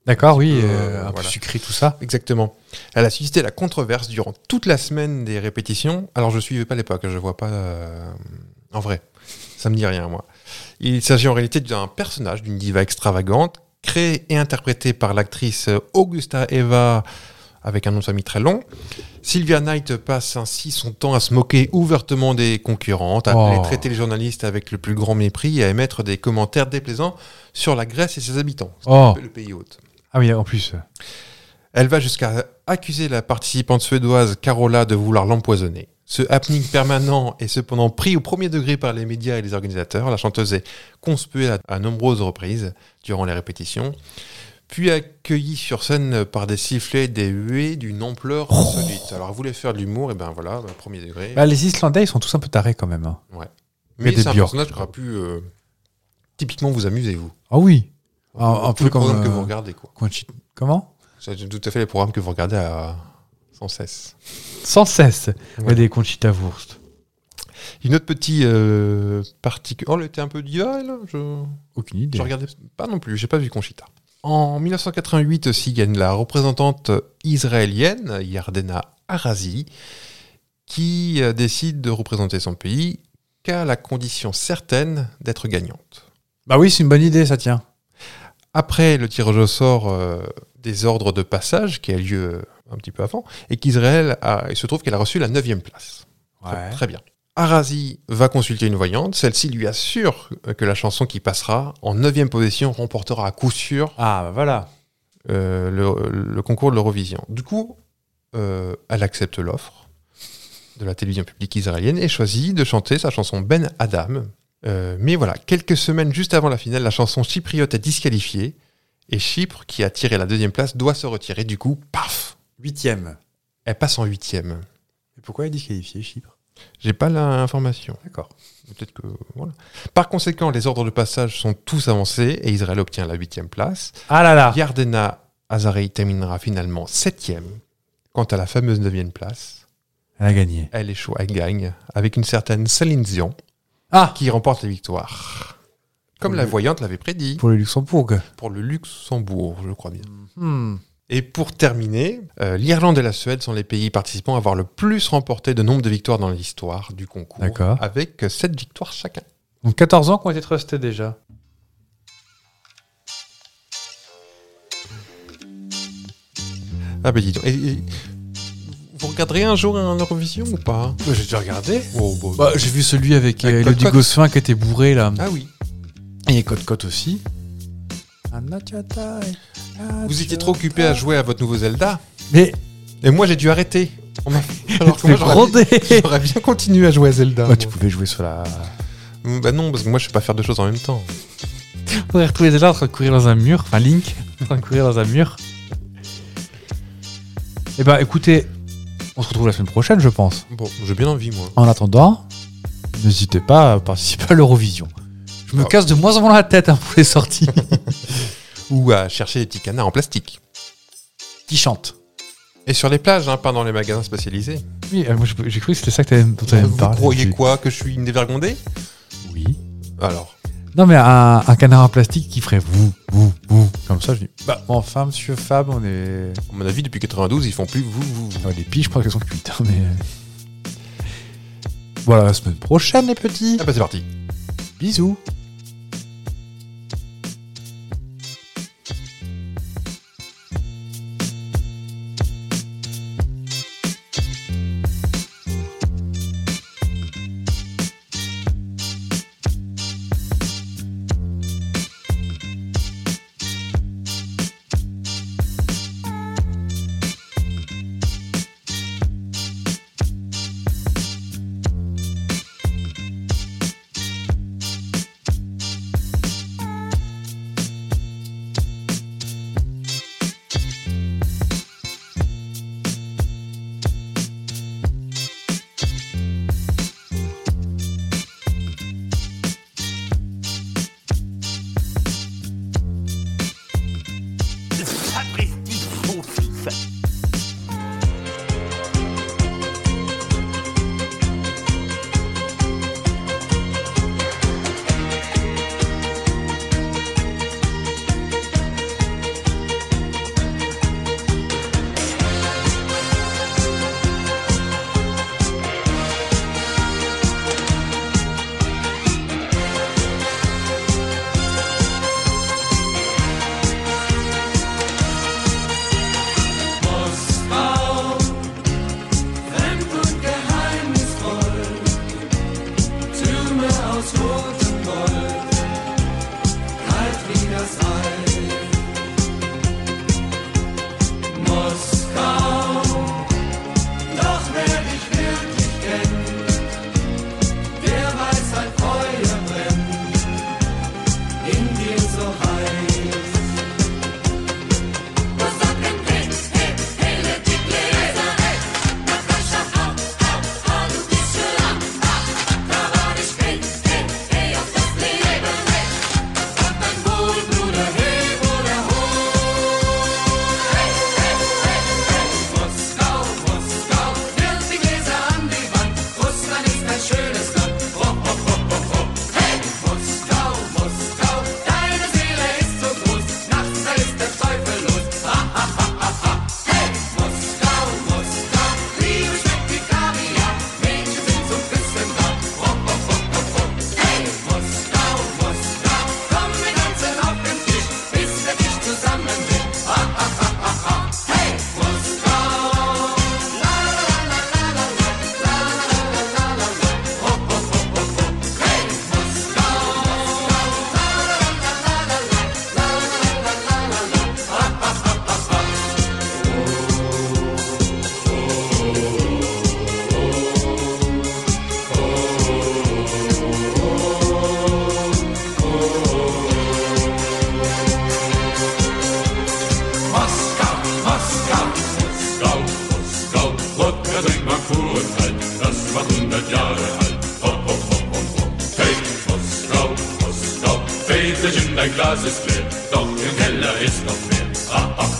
Speaker 1: D'accord, oui.
Speaker 2: peu,
Speaker 1: euh,
Speaker 2: euh,
Speaker 1: un peu
Speaker 2: voilà.
Speaker 1: sucré, tout ça.
Speaker 2: Exactement. Elle a suscité la controverse durant toute la semaine des répétitions. Alors je suivais pas l'époque, hein, je vois pas euh, en vrai. Ça me dit rien moi. Il s'agit en réalité d'un personnage d'une diva extravagante créée et interprétée par l'actrice Augusta Eva avec un nom de famille très long. Sylvia Knight passe ainsi son temps à se moquer ouvertement des concurrentes, à
Speaker 1: Oh.
Speaker 2: les traiter les journalistes avec le plus grand mépris et à émettre des commentaires déplaisants sur la Grèce et ses habitants,
Speaker 1: Oh.
Speaker 2: le pays hôte.
Speaker 1: Ah oui, en plus.
Speaker 2: Elle va jusqu'à accuser la participante suédoise Carola de vouloir l'empoisonner. Ce happening permanent est cependant pris au premier degré par les médias et les organisateurs. La chanteuse est conspuée à, à nombreuses reprises durant les répétitions, puis accueillie sur scène par des sifflets, des huées d'une ampleur insolite. Alors, elle voulait faire de l'humour, et ben voilà, ben, premier degré.
Speaker 1: Oh. Bah, les Islandais, ils sont tous un peu tarés quand même. hein.
Speaker 2: Mais
Speaker 1: des
Speaker 2: c'est un
Speaker 1: Björk.
Speaker 2: personnage qui aura pu euh, typiquement vous amuser, vous.
Speaker 1: Ah oui. Un,
Speaker 2: Dans
Speaker 1: un
Speaker 2: tous
Speaker 1: peu
Speaker 2: les
Speaker 1: comme.
Speaker 2: programmes que
Speaker 1: euh,
Speaker 2: vous regardez, quoi.
Speaker 1: Conchi- Comment
Speaker 2: C'est tout à fait les programmes que vous regardez à- sans cesse.
Speaker 1: Sans cesse.
Speaker 2: Ouais.
Speaker 1: Ouais, Des Conchita Wurst.
Speaker 2: Une autre petite euh, particule- Oh, elle était un peu diva, elle, Je,
Speaker 1: Aucune idée.
Speaker 2: je regardais pas non plus, j'ai pas vu Conchita. En 1988 aussi gagne la représentante israélienne, Yardena Arazi, qui euh, décide de représenter son pays qu'à la condition certaine d'être gagnante.
Speaker 1: Bah oui, c'est une bonne idée, ça tient.
Speaker 2: Après le tirage au sort euh, des ordres de passage, qui a lieu euh, un petit peu avant, et qu'Israël a, il se trouve qu'elle a reçu la 9 place. Très, très bien. Arazi va consulter une voyante. Celle-ci lui assure que la chanson qui passera en 9 position remportera à coup sûr
Speaker 1: Ah bah voilà.
Speaker 2: euh, le, le concours de l'Eurovision. Du coup, euh, elle accepte l'offre de la télévision publique israélienne et choisit de chanter sa chanson Ben Adam. Euh, mais voilà, quelques semaines juste avant la finale, la chanson chypriote est disqualifiée et Chypre, qui a tiré la deuxième place, doit se retirer. Du coup, paf,
Speaker 1: Huitième.
Speaker 2: elle passe en huitième.
Speaker 1: Et pourquoi elle est disqualifiée, Chypre
Speaker 2: J'ai pas l'information.
Speaker 1: D'accord.
Speaker 2: Peut-être que voilà. Par conséquent, les ordres de passage sont tous avancés et Israël obtient la huitième place.
Speaker 1: Ah là là.
Speaker 2: Yardena Azari terminera finalement septième. Quant à la fameuse neuvième place,
Speaker 1: Elle a gagné.
Speaker 2: elle échoue, elle gagne avec une certaine Céline Dion
Speaker 1: Ah
Speaker 2: qui remporte la victoire. Comme
Speaker 1: Pour
Speaker 2: la
Speaker 1: le-
Speaker 2: voyante l'avait prédit
Speaker 1: Pour le Luxembourg.
Speaker 2: pour le Luxembourg, je crois bien.
Speaker 1: Hmm.
Speaker 2: Et pour terminer, euh, l'Irlande et la Suède sont les pays participants à avoir le plus remporté de nombre de victoires dans l'histoire du concours,
Speaker 1: D'accord.
Speaker 2: avec euh, sept victoires chacun.
Speaker 1: Donc 14 ans qu'on été trustés déjà.
Speaker 2: Ah bah dis donc. Et- et- vous regarderez un jour un Eurovision ou pas
Speaker 1: J'ai déjà regardé.
Speaker 2: Oh, bah,
Speaker 1: Bah, j'ai vu celui avec,
Speaker 2: Avec
Speaker 1: euh, Elodie
Speaker 2: Cocotte.
Speaker 1: Gosselin qui était bourré là.
Speaker 2: Ah oui.
Speaker 1: Et Cote Cote aussi. Ah,
Speaker 2: Vous étiez trop occupé à jouer à votre nouveau Zelda.
Speaker 1: Mais
Speaker 2: Et moi j'ai dû arrêter. On m'a- Alors que
Speaker 1: c'est
Speaker 2: moi j'aurais
Speaker 1: grondé
Speaker 2: j'aurais bien continué à jouer à Zelda.
Speaker 1: Bah, tu
Speaker 2: moi.
Speaker 1: pouvais jouer sur la.
Speaker 2: Mm, bah non, parce que moi je sais pas faire deux choses en même temps.
Speaker 1: On pourrait retrouver Zelda en train de courir dans un mur. Enfin, Link en train de courir dans un mur. Eh bah, écoutez, on se retrouve la semaine prochaine, je pense.
Speaker 2: Bon, j'ai bien envie moi.
Speaker 1: En attendant, n'hésitez pas à participer à l'Eurovision. Je me
Speaker 2: Ah.
Speaker 1: casse de moins en moins la tête hein, pour les sorties.
Speaker 2: Ou à chercher des petits canards en plastique.
Speaker 1: Qui chante
Speaker 2: Et sur les plages, hein, pas dans les magasins spécialisés.
Speaker 1: Oui, euh, moi je- j'ai cru que c'était ça que t'allais- dont tu allais
Speaker 2: vous
Speaker 1: me parler.
Speaker 2: croyez quoi Que je suis une dévergondée
Speaker 1: Oui.
Speaker 2: Alors.
Speaker 1: Non, mais un, un canard en plastique qui ferait vous, vous, vous. Comme ça, je dis, bah, enfin, monsieur Fab, on est.
Speaker 2: À mon avis, depuis 92, ils font plus vous, vous, vous.
Speaker 1: Ouais, les piges, je crois qu'elles sont cuites, hein, mais. Voilà, la semaine prochaine, les petits.
Speaker 2: Ah bah c'est parti.
Speaker 1: Bisous.
Speaker 6: Sapristi, mon fils.
Speaker 7: Moskau, Moskau. Moskau, Moskau, Wodka trinkt man Fuhrenzeit, das war 100 Jahre alt. Hopp, hopp, hopp, hopp, hopp. Hey, Moskau, Moskau, Pfefferchen, dein Glas ist leer, doch im Keller ist noch mehr. Ah, ah, ah.